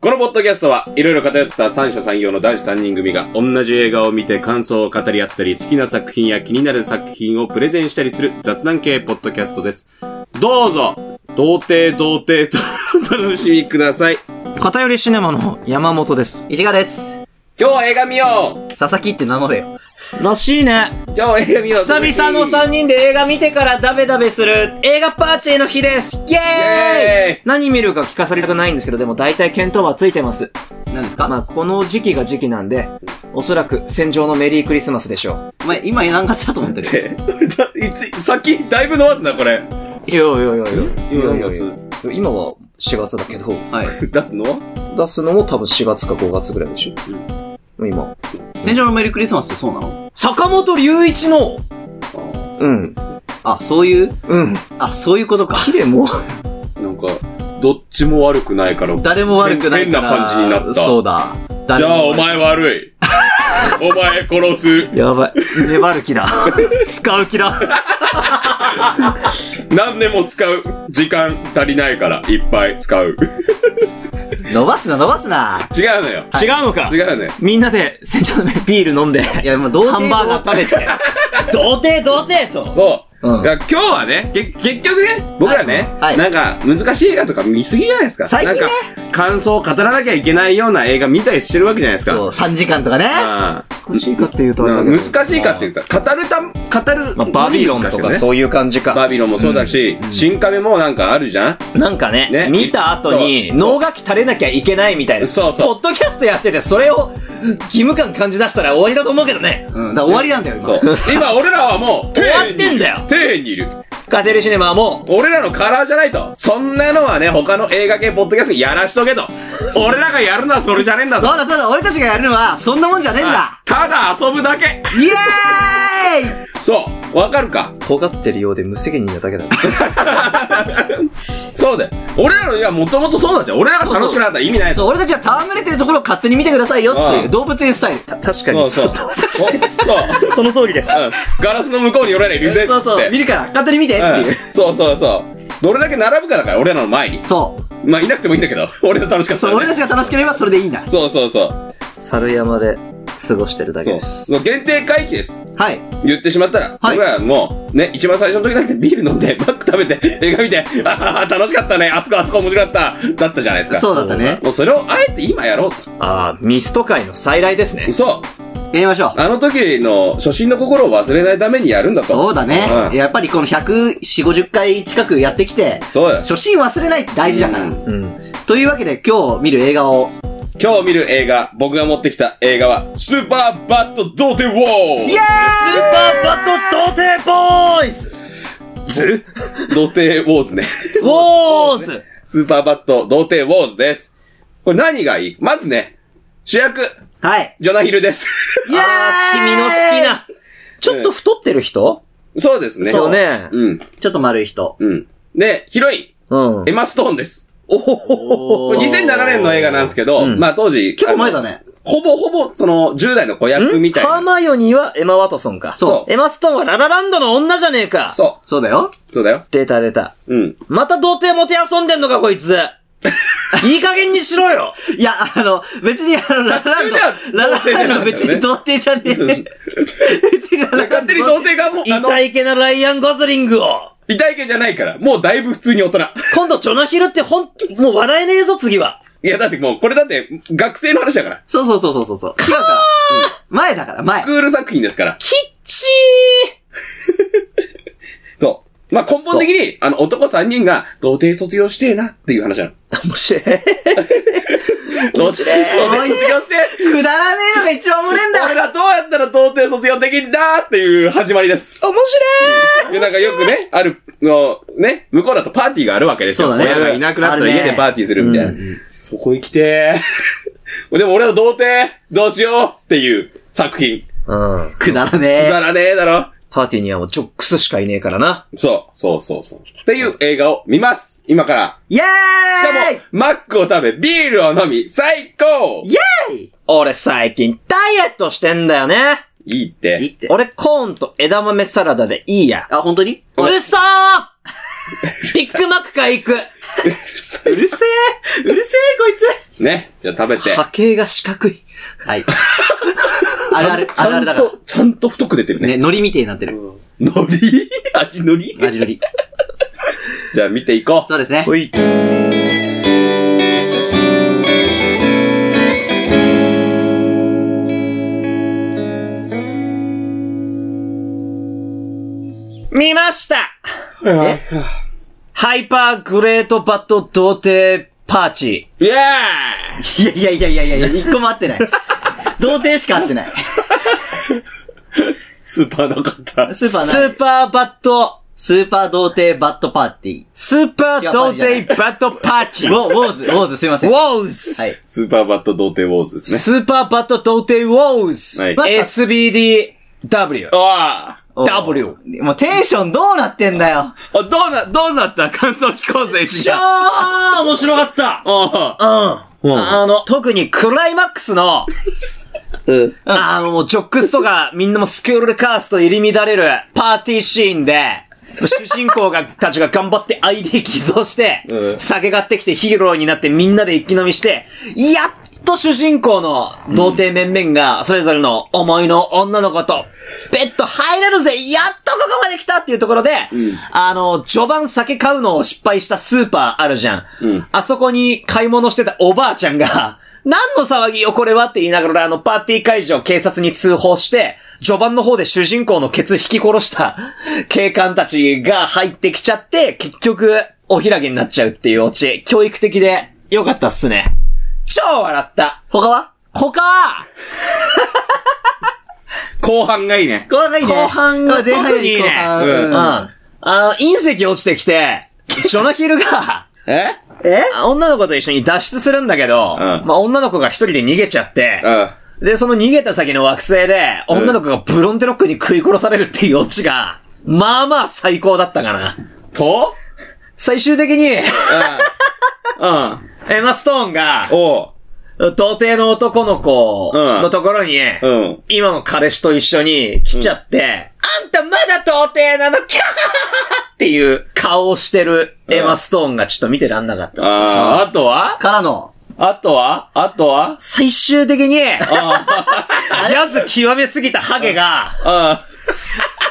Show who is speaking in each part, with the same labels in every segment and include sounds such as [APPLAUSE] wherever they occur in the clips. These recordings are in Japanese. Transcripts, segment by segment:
Speaker 1: このポッドキャストは、いろいろ偏った三者三様の男子三人組が、同じ映画を見て感想を語り合ったり、好きな作品や気になる作品をプレゼンしたりする雑談系ポッドキャストです。どうぞ、童貞童貞とお楽しみください。
Speaker 2: 偏りシネマの山本です。
Speaker 3: 石川です。
Speaker 1: 今日映画見よ
Speaker 3: 佐々木って名乗れよ。
Speaker 2: らしいね。
Speaker 1: う今日映画見よう
Speaker 2: 久々の3人で映画見てからダベダベする映画パーチェの日です。イエーイ
Speaker 1: イエーイ
Speaker 2: 何見るか聞かされたくないんですけど、でも大体見当はついてます。
Speaker 3: 何ですか、
Speaker 2: まあ、この時期が時期なんで、おそらく戦場のメリークリスマスでしょ
Speaker 3: お前、今何月だと思ってる
Speaker 1: え俺だいつ、先、だいぶ伸ばすな、これ。
Speaker 2: う。いやいやいやいや
Speaker 1: 今
Speaker 2: いやいや今は4月だけど、
Speaker 3: はい。
Speaker 1: 出すの
Speaker 2: 出すのも多分4月か5月ぐらいでしょ。今。
Speaker 3: 天井のメリークリスマスってそうなの
Speaker 2: 坂本龍一のうん。
Speaker 3: あ、そういう
Speaker 2: うん。
Speaker 3: あ、そういうことか。
Speaker 2: 綺麗も。
Speaker 1: なんか、どっちも悪くないから。
Speaker 3: 誰も悪くないから。
Speaker 1: 変な感じになった
Speaker 3: そうだ。
Speaker 1: じ
Speaker 3: 誰
Speaker 1: ゃあ、
Speaker 3: も
Speaker 1: お前悪 [LAUGHS] い。お前殺す。
Speaker 2: やばい。粘る気だ。使う気だ。
Speaker 1: 何年も使う。時間足りないから、いっぱい使う。 [LAUGHS]
Speaker 3: 伸ばすな、伸ばすな。
Speaker 1: 違うのよ。
Speaker 2: 違うのか
Speaker 1: 違うのよ。
Speaker 2: みんなで戦場のメビール飲んで、
Speaker 3: [LAUGHS] いや、もう、どう
Speaker 2: ハンバーガー食べて、童貞童貞と。
Speaker 1: そう。
Speaker 2: うん
Speaker 1: だから今日はね、け結局ね、僕らね、
Speaker 3: はい
Speaker 1: なんか難しい映画とか見すぎじゃないですか。
Speaker 3: 最近ね
Speaker 1: なんか感想を語らなきゃいけないような映画見たりしてるわけじゃないですか。
Speaker 3: そう、3時間とかね。
Speaker 1: ああ
Speaker 2: 難しいかっていうとあれだけど
Speaker 1: 難しいかっていうと、語るた、語る、
Speaker 2: まあ、バビロンとか
Speaker 1: う。
Speaker 2: そういう感じ
Speaker 1: バ
Speaker 2: か。
Speaker 1: ビロンもそうだし、新カメもなんかあるじゃん
Speaker 2: なんかね、
Speaker 1: ね
Speaker 2: 見た後に脳書き垂れなきゃいけないみたいな。
Speaker 1: そうそう
Speaker 2: ポッドキャストやってて、それを [LAUGHS] 義務感感じ出したら終わりだと思うけどね。
Speaker 3: うん。だから終わりなんだよ、
Speaker 2: [LAUGHS]
Speaker 3: 今。
Speaker 1: そう。今俺らはもう、
Speaker 2: 終わってんだよ
Speaker 1: 底辺にいる。
Speaker 2: カテレシネマはも
Speaker 1: 俺らのカラーじゃないと。そんなのはね、他の映画系ポッドキャストやらしとけと。俺らがやるのはそれじゃねえんだぞ。
Speaker 3: そうだそうだ、俺たちがやるのは、そんなもんじゃねえんだ。
Speaker 1: ただ遊ぶだけ。
Speaker 3: イエーイ
Speaker 1: そう。わかるか
Speaker 2: う、尖ってるようで無責任なだけだ。
Speaker 1: そうだよ。俺らのいや、もともとそうだじゃん。俺らが楽しくなかったら意味ない
Speaker 3: [LAUGHS] そう、
Speaker 1: ぞ。
Speaker 3: 俺たちは戯れてるところを勝手に見てくださいよって
Speaker 1: う
Speaker 3: い
Speaker 1: ん
Speaker 3: う、動物園スタイル。
Speaker 2: 確か
Speaker 1: そう
Speaker 2: に
Speaker 1: そう。
Speaker 2: そ
Speaker 1: お。
Speaker 2: う
Speaker 1: そう。
Speaker 2: その通りです。
Speaker 1: うんガラスの向こうに寄られ、リゼッツ
Speaker 3: そう
Speaker 1: って。
Speaker 3: そう、見るから、勝手に見てって
Speaker 1: うん
Speaker 3: いう。
Speaker 1: そうそうそう。どれだけ並ぶかだから、俺らの前に。
Speaker 3: そう。
Speaker 1: まあ、いなくてもいいんだけど、俺ら楽しかった
Speaker 3: そう、
Speaker 1: ら
Speaker 3: 俺
Speaker 1: ね、
Speaker 3: たちが楽しければそれでいいんだ。
Speaker 1: そうそうそう。
Speaker 2: 猿山で過ごしてるだ
Speaker 1: そ
Speaker 2: けで
Speaker 1: う。
Speaker 2: す。
Speaker 1: そう限定回帰です。
Speaker 3: はい。
Speaker 1: 言ってしまったら、
Speaker 3: はい
Speaker 1: 僕らもう、ね、一番最初の時だってビール飲んで、マ [LAUGHS] ック食べて、映画見て、ああ、楽しかったね、あそこあそこ面白かった、だったじゃないですか。
Speaker 3: そうだったね。
Speaker 1: もうそれをあえて今やろうと。
Speaker 2: ああ、ミスト界の再来ですね。
Speaker 1: そう。
Speaker 3: やりましょう。
Speaker 1: あの時の初心の心を忘れないためにやるんだと。
Speaker 3: そうだね。
Speaker 1: うん
Speaker 3: やっぱりこの140、50回近くやってきて、
Speaker 1: そうよ。
Speaker 3: 初心忘れないって大事だから。
Speaker 1: うん
Speaker 2: うん。
Speaker 3: というわけで今日見る映画を、
Speaker 1: 今日見る映画、僕が持ってきた映画は、スーパーバット童貞ウォー
Speaker 3: イエーイ
Speaker 2: ーバット童貞ボーイズズ
Speaker 1: 童貞ウォーズね。 [LAUGHS]
Speaker 3: ウォーズ
Speaker 1: スーパーバット童貞ウォーズです。これ何がいいまずね、主役、
Speaker 3: はい。
Speaker 1: ジョナヒルです。
Speaker 3: イエーイ
Speaker 2: あー君の好きな。ちょっと太ってる人
Speaker 1: [LAUGHS] そうですね。
Speaker 2: そう。ね。
Speaker 1: うん、
Speaker 3: ちょっと丸い人。
Speaker 1: うん。で、ヒロイン。
Speaker 2: うん
Speaker 1: エ。マストーンです。
Speaker 2: おほほ
Speaker 1: これ2007年の映画なんですけど、
Speaker 2: うん
Speaker 1: まあ当時、
Speaker 3: 結構前だね。
Speaker 1: ほぼほぼ、その、10代の子役みたい
Speaker 2: ハー
Speaker 1: な。
Speaker 2: マイオニーはエマ・ワトソンか。
Speaker 1: そう
Speaker 2: エマ・ストーンはララランドの女じゃねえか。
Speaker 1: そ
Speaker 3: そうだよ。
Speaker 1: う。そうだよ。
Speaker 2: 出た出た。
Speaker 1: うん。
Speaker 2: また童貞もて遊んでんのか、こいつ。いい加減にしろよ。
Speaker 3: いや、あの、別に、あの、ラララ
Speaker 1: 中
Speaker 3: ン
Speaker 1: では
Speaker 3: ド、ララランドは別に童貞じゃねえ。別にララランド
Speaker 1: [LAUGHS] 勝手に童貞がもう、あの、
Speaker 2: 痛いけなライアン・ゴズリングを。
Speaker 1: 痛い系じゃないから、もうだいぶ普通に大人。 [LAUGHS]
Speaker 2: 今度、ジョナヒルってほん、もう笑えねえぞ、次は。
Speaker 1: いや、だってもう、これだって、学生の話だから。
Speaker 3: そうそうそうそうそうそう。違うから。うん前だから、前
Speaker 1: スク。ール作品ですから。
Speaker 2: キッチ
Speaker 1: そう。まあ根本的に、あの、男3人が、童貞卒業してえなっていう話なの。
Speaker 2: ー面白い。
Speaker 1: [LAUGHS] 童貞卒業して、
Speaker 3: くだらねえのが一番おもれんだ
Speaker 1: 俺らどうやったら童貞卒業できんだっていう始まりです。
Speaker 2: 面白い
Speaker 1: いや、なんかよくね、ある、の、ね、向こうだとパーティーがあるわけですよ。
Speaker 3: そうだね
Speaker 1: 親がいなくなった
Speaker 3: あ
Speaker 1: ら
Speaker 3: るね
Speaker 1: 家でパーティーするみたいな。そこ行きてー。 [LAUGHS] でも俺ら童貞どうしようっていう作品。
Speaker 2: うん。
Speaker 3: くだら
Speaker 1: く
Speaker 3: ね
Speaker 1: だらねえだろ。
Speaker 2: パーティーにはもうジョックスしかいねえからな。
Speaker 1: そう、そうそうそう。っていう映画を見ます今から。
Speaker 3: え。イエ
Speaker 1: しかも
Speaker 3: ーイ、
Speaker 1: マックを食べ、ビールを飲み、最高
Speaker 3: イエーイ
Speaker 2: 俺最近ダイエットしてんだよね。
Speaker 1: いいって。
Speaker 3: いいって。
Speaker 2: 俺コーンと枝豆サラダでいいや。
Speaker 3: あ、本当に
Speaker 2: 嘘ービッグマック買い行く。うるせえ、うるせえ、こいつ。
Speaker 1: ね。じゃあ食べて。
Speaker 2: 波形が四角い。はい。あるある、
Speaker 1: ち
Speaker 2: あるあ
Speaker 1: ゃ
Speaker 2: るだ
Speaker 1: ん
Speaker 2: か
Speaker 1: と、ちゃんと太く出てる
Speaker 2: ら。ね、
Speaker 1: ね。
Speaker 2: 海苔みてえになってる。
Speaker 1: 海苔 [LAUGHS] 味海苔
Speaker 2: マジのり。
Speaker 1: じゃあ見ていこう。
Speaker 2: そうですね。
Speaker 1: ほい。
Speaker 2: 見ました
Speaker 1: え
Speaker 2: ハイパーグレートバット童貞パーチ。
Speaker 1: イエ
Speaker 3: いやいやいやいやいや、一個も合ってない。童貞しか合ってない。
Speaker 1: ーイスーパーなかった。
Speaker 3: スー
Speaker 2: ス
Speaker 3: パーない
Speaker 2: ーパーバット、
Speaker 3: スーパー童貞バッドパーティ
Speaker 2: スーパー童貞バットパーチ。
Speaker 3: ー。ウ
Speaker 2: ウォ
Speaker 3: ォウォーズ、ウォーズすいません。は
Speaker 2: ーズ
Speaker 3: い。
Speaker 1: スーパーバット童貞ウォーズですね。
Speaker 2: スーパーバット童貞ウォ
Speaker 1: はい
Speaker 2: ーズ !SBDW。
Speaker 1: あ
Speaker 3: お
Speaker 2: W。
Speaker 3: もうテンションどうなってんだよ。
Speaker 1: ああ、どうな、どうなった感想聞こうぜ、一緒
Speaker 2: 超面白かった
Speaker 1: あ
Speaker 2: うん。
Speaker 1: うん
Speaker 2: あの、特にクライマックスの、
Speaker 3: うん。
Speaker 2: あの、もうジョックスとか、みんなもスクールカースト入り乱れるパーティーシーンで、主人公が、たちが頑張って ID 偽造して、
Speaker 1: うん
Speaker 2: 酒買ってきてヒーローになってみんなで一気飲みして、やっと主人公の童貞面々が、それぞれの思いの女の子と、ベッド入れるぜやっとここまで来たっていうところで、あの、序盤酒買うのを失敗したスーパーあるじゃん。
Speaker 1: うん
Speaker 2: あそこに買い物してたおばあちゃんが、 [LAUGHS] 何の騒ぎよこれはって言いながら、あの、パーティー会場警察に通報して、序盤の方で主人公のケツ引き殺した警官たちが入ってきちゃって、結局、おひらげになっちゃうっていうオチ。教育的で、よかったっすね。超笑った。
Speaker 3: 他は
Speaker 2: 他は、
Speaker 1: 後半がいいね。
Speaker 3: 後半がいいね。
Speaker 2: 後半が
Speaker 3: 前半よ
Speaker 2: 特にい
Speaker 3: り
Speaker 2: い
Speaker 3: 後
Speaker 2: ね
Speaker 3: 半。
Speaker 1: うん
Speaker 2: うん。あの、隕石落ちてき [LAUGHS] て、ジョナヒルが、
Speaker 1: え
Speaker 3: え
Speaker 2: 女の子と一緒に脱出するんだけど、
Speaker 1: うん
Speaker 2: まあ女の子が一人で逃げちゃって、
Speaker 1: うん。
Speaker 2: で、その逃げた先の惑星で、
Speaker 1: ん
Speaker 2: 女の子がブロンテロックに食い殺されるっていうオチが、まあまあ最高だったかな。
Speaker 1: と
Speaker 2: 最終的に、
Speaker 1: うん。うん。
Speaker 2: エマ・ストーンが、
Speaker 1: おう。
Speaker 2: 童貞の男の子
Speaker 1: うん
Speaker 2: のところに、
Speaker 1: うん。
Speaker 2: 今の彼氏と一緒に来ちゃって、あんたまだ童貞なのキャーっていう顔をしてるエマ・ストーンがちょっと見てらんなかった。
Speaker 1: あーあとは
Speaker 3: からの。
Speaker 1: あとはあとは
Speaker 2: 最終的
Speaker 1: [LAUGHS]
Speaker 2: に、ジ
Speaker 1: あ
Speaker 2: ャズ極めすぎたハゲが、
Speaker 1: あ。あ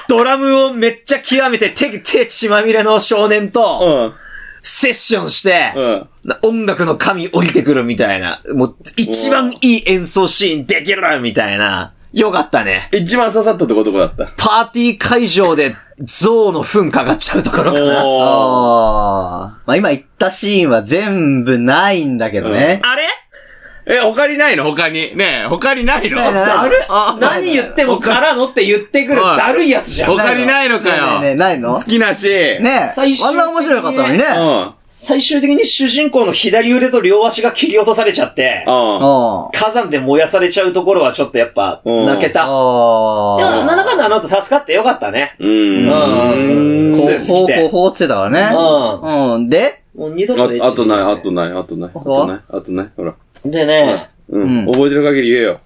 Speaker 2: ドラムをめっちゃ極めて手、手血まみれの少年
Speaker 1: あ。
Speaker 2: と、
Speaker 1: うん。
Speaker 2: セッションして、
Speaker 1: うん。
Speaker 2: な音楽の神降りてくるみたいな、もう一番いい演奏シーンできるみたいな、よかったね。
Speaker 1: 一番刺さったとこどこだった
Speaker 2: パーティー会場で象の糞かかっちゃうところかな。
Speaker 1: おー。
Speaker 3: あーまあ今言ったシーンは全部ないんだけどね。
Speaker 2: あれ
Speaker 1: え、他にないの他に。ねえ、他にないの
Speaker 3: ないない
Speaker 2: だる
Speaker 1: あ
Speaker 2: 何言ってもからのって言ってくる
Speaker 1: おい
Speaker 2: だるいやつじゃん。
Speaker 1: 他にないのかよ。
Speaker 3: ねえねえねえないの
Speaker 1: 好きなし。ね
Speaker 3: ね
Speaker 2: 最
Speaker 3: え。
Speaker 2: 終
Speaker 3: あんな面白かったのにね。
Speaker 1: う
Speaker 3: うん。
Speaker 1: ん。
Speaker 2: 最終的に主人公の左腕と両足が切り落とされちゃって、
Speaker 1: うん。
Speaker 2: 火山で燃やされちゃうところはちょっとやっぱ
Speaker 1: うん
Speaker 2: 泣けた。
Speaker 3: あ
Speaker 2: いや、
Speaker 3: ー
Speaker 2: なんだかんだあの後助かってよかったね。
Speaker 1: うん。
Speaker 2: うん
Speaker 3: こ
Speaker 2: ス
Speaker 3: う
Speaker 2: ーツ
Speaker 3: こ
Speaker 2: 着
Speaker 3: う、
Speaker 2: て
Speaker 3: こう、こうって言ってたからね。うん。で
Speaker 2: もう二度とエッチ
Speaker 1: ああとない、あとない、あとない。あとない、あとない。ほら。
Speaker 2: でね、
Speaker 1: うん。
Speaker 3: うん
Speaker 1: 覚えてる限り言えよ。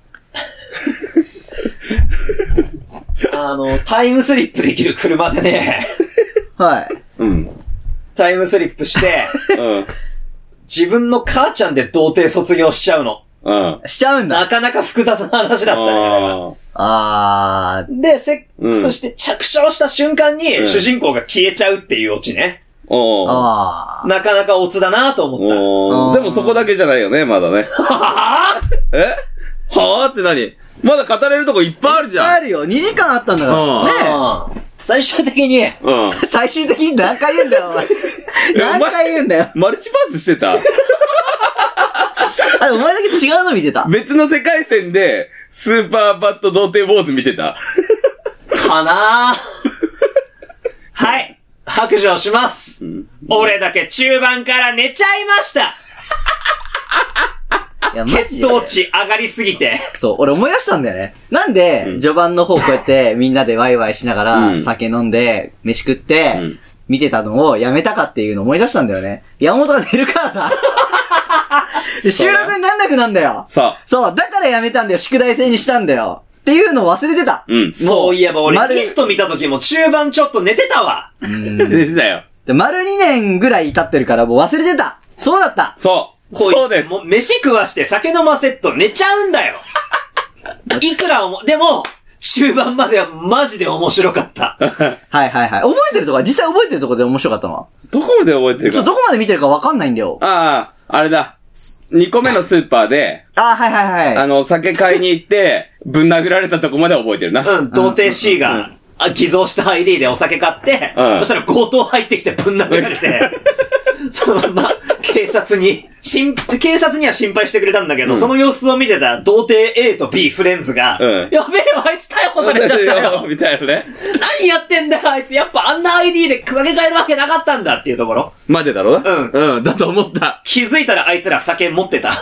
Speaker 2: あの、タイムスリップできる車でね、 [LAUGHS]
Speaker 3: はい。
Speaker 1: うん。
Speaker 2: タイムスリップして、
Speaker 1: うん。
Speaker 2: 自分の母ちゃんで童貞卒業しちゃうの。
Speaker 1: うん。
Speaker 3: しちゃうんだ。
Speaker 2: なかなか複雑な話だったね。
Speaker 1: あ
Speaker 3: あー。
Speaker 2: で、セッ
Speaker 1: う
Speaker 2: ク
Speaker 1: ん
Speaker 2: スして着床した瞬間に、
Speaker 1: うん
Speaker 2: 主人公が消えちゃうっていうオチね。
Speaker 1: ーおー
Speaker 3: あ
Speaker 2: なかなかオツだなと思った。
Speaker 1: お
Speaker 3: あ
Speaker 1: ー
Speaker 3: ー
Speaker 1: でもそこだけじゃないよね、まだね。
Speaker 2: はぁ
Speaker 1: えはぁって何まだ語れるとこいっぱいあるじ
Speaker 3: ー。
Speaker 1: ゃ
Speaker 3: あ
Speaker 1: ん。
Speaker 3: るよ。2時間あったんだか
Speaker 1: うん
Speaker 3: ら。ね
Speaker 2: うん最終的に、
Speaker 1: うん。
Speaker 3: え。最終的に何回言うんだよ、
Speaker 2: [LAUGHS]
Speaker 3: お前。何回言うんだよ。
Speaker 1: マルチバースしてた
Speaker 3: あれ、お前だけ違うの見てた。
Speaker 1: 別の世界線で、スーパーバット童貞坊主見てた。
Speaker 2: か
Speaker 3: [LAUGHS]
Speaker 2: なぁはい。白状します。俺だけ中盤から寝ちゃいました。
Speaker 3: いや、マ
Speaker 2: 血
Speaker 3: ジで。
Speaker 2: 糖値上がりすぎ
Speaker 1: [LAUGHS]
Speaker 2: て。
Speaker 3: そう、俺思い出したんだよね。なんで、序盤の方こうや
Speaker 1: [LAUGHS]
Speaker 3: ってみんなでワイワイしなが
Speaker 1: う
Speaker 3: ら、
Speaker 1: ん
Speaker 3: 酒飲んで、飯食って、
Speaker 1: うん
Speaker 3: 見てたのをやめたかっていうの思い出したんだよね。山本が寝るから
Speaker 1: [LAUGHS]
Speaker 3: だ。で収録になんなくなんだよ。
Speaker 1: さあ。
Speaker 3: そう、だからやめたんだよ。宿題制にしたんだよ。っていうのを忘れてた。
Speaker 1: うん。
Speaker 2: そういえば俺、
Speaker 3: 丸
Speaker 2: リスト見た時も中盤ちょっと寝てたわ。
Speaker 1: 出てたよ。
Speaker 3: で丸2年ぐらい経ってるからもう忘れてたそうだった
Speaker 1: そう。
Speaker 2: こいつ
Speaker 1: そうです。
Speaker 2: もう飯食わして酒飲ませっと寝ちゃうん
Speaker 1: [LAUGHS]
Speaker 2: だよ。いくらおも、でも、中盤まではマジで面白か
Speaker 1: [LAUGHS]
Speaker 2: った。
Speaker 3: はいはいはい。覚えてるとか、実際覚えてるとこで面白かったのは。
Speaker 1: どこまで覚えてる
Speaker 3: そう、
Speaker 1: か。
Speaker 3: どこまで見てるかわかんないんだよ。
Speaker 1: ああ、あれだ。す2個目のスーパーで、
Speaker 3: あ、はいはいは
Speaker 1: あ
Speaker 3: い。
Speaker 1: の、酒買いに行って、ぶん殴られたとこまでは覚えてるな。 [LAUGHS]
Speaker 2: うん、童貞 C が、あ偽造した ID でお酒買って、
Speaker 1: うん
Speaker 2: そしたら強盗入ってきてぶん殴られて、そのまま警察に、心警察には心配してくれたんだけど、その様子を見てた童貞 A と B フレンズが、
Speaker 1: うん
Speaker 2: やべえよ、あいつ逮捕されちゃった
Speaker 1: [LAUGHS]
Speaker 2: よ
Speaker 1: みたいなね。
Speaker 2: 何やってんだよ、あいつやっぱあんな ID で酒買えるわけなかったんだっていうところ。
Speaker 1: までだろうな。
Speaker 2: うん
Speaker 1: うん、だと思った。
Speaker 2: 気づいたらあいつら酒持ってた。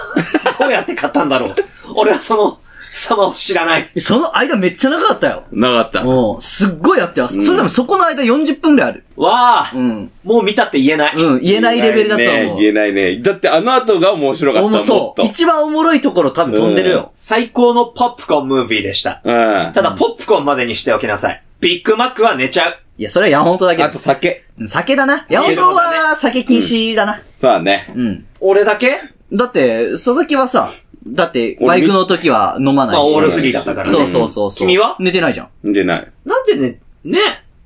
Speaker 2: どうやって買ったんだろう。俺はその様を知らない。
Speaker 3: その間めっちゃ長かったよ。
Speaker 1: なかった。
Speaker 3: もう、すっごいやってます。それでもそこの間40分ぐらいある。
Speaker 2: わあ、
Speaker 3: うん。
Speaker 2: もう見たって言えない。
Speaker 3: うん、言えないレベルだった
Speaker 1: 言え
Speaker 3: と
Speaker 1: ないね
Speaker 3: 思
Speaker 1: 言え
Speaker 3: う。
Speaker 1: ないね。だってあの後が面白かった
Speaker 3: おも
Speaker 1: も
Speaker 3: そ
Speaker 1: っ
Speaker 3: う。
Speaker 1: と。
Speaker 3: 一番おもろいところ多分飛んでるよ。
Speaker 2: 最高のポップコーンムービーでした。
Speaker 1: うん。あ
Speaker 2: ただ、ポップコーンまでにしておきなさい。ビッグマックは寝ちゃう。
Speaker 3: いや、それはヤホントだけ
Speaker 1: と
Speaker 3: ど。
Speaker 1: 酒。
Speaker 3: うん酒だな。ヤホントは酒禁止だな。
Speaker 1: まあね。
Speaker 3: うん。
Speaker 2: 俺だけ
Speaker 3: だって、佐々木はさ、だって、
Speaker 1: 俺
Speaker 3: バイクの時は飲まな
Speaker 2: まあ、
Speaker 3: いし。
Speaker 2: オールフリーだったからね。
Speaker 3: そうそうそうそう。
Speaker 2: 君は
Speaker 3: 寝てないじゃん。
Speaker 1: でない。
Speaker 2: なんでね、ね、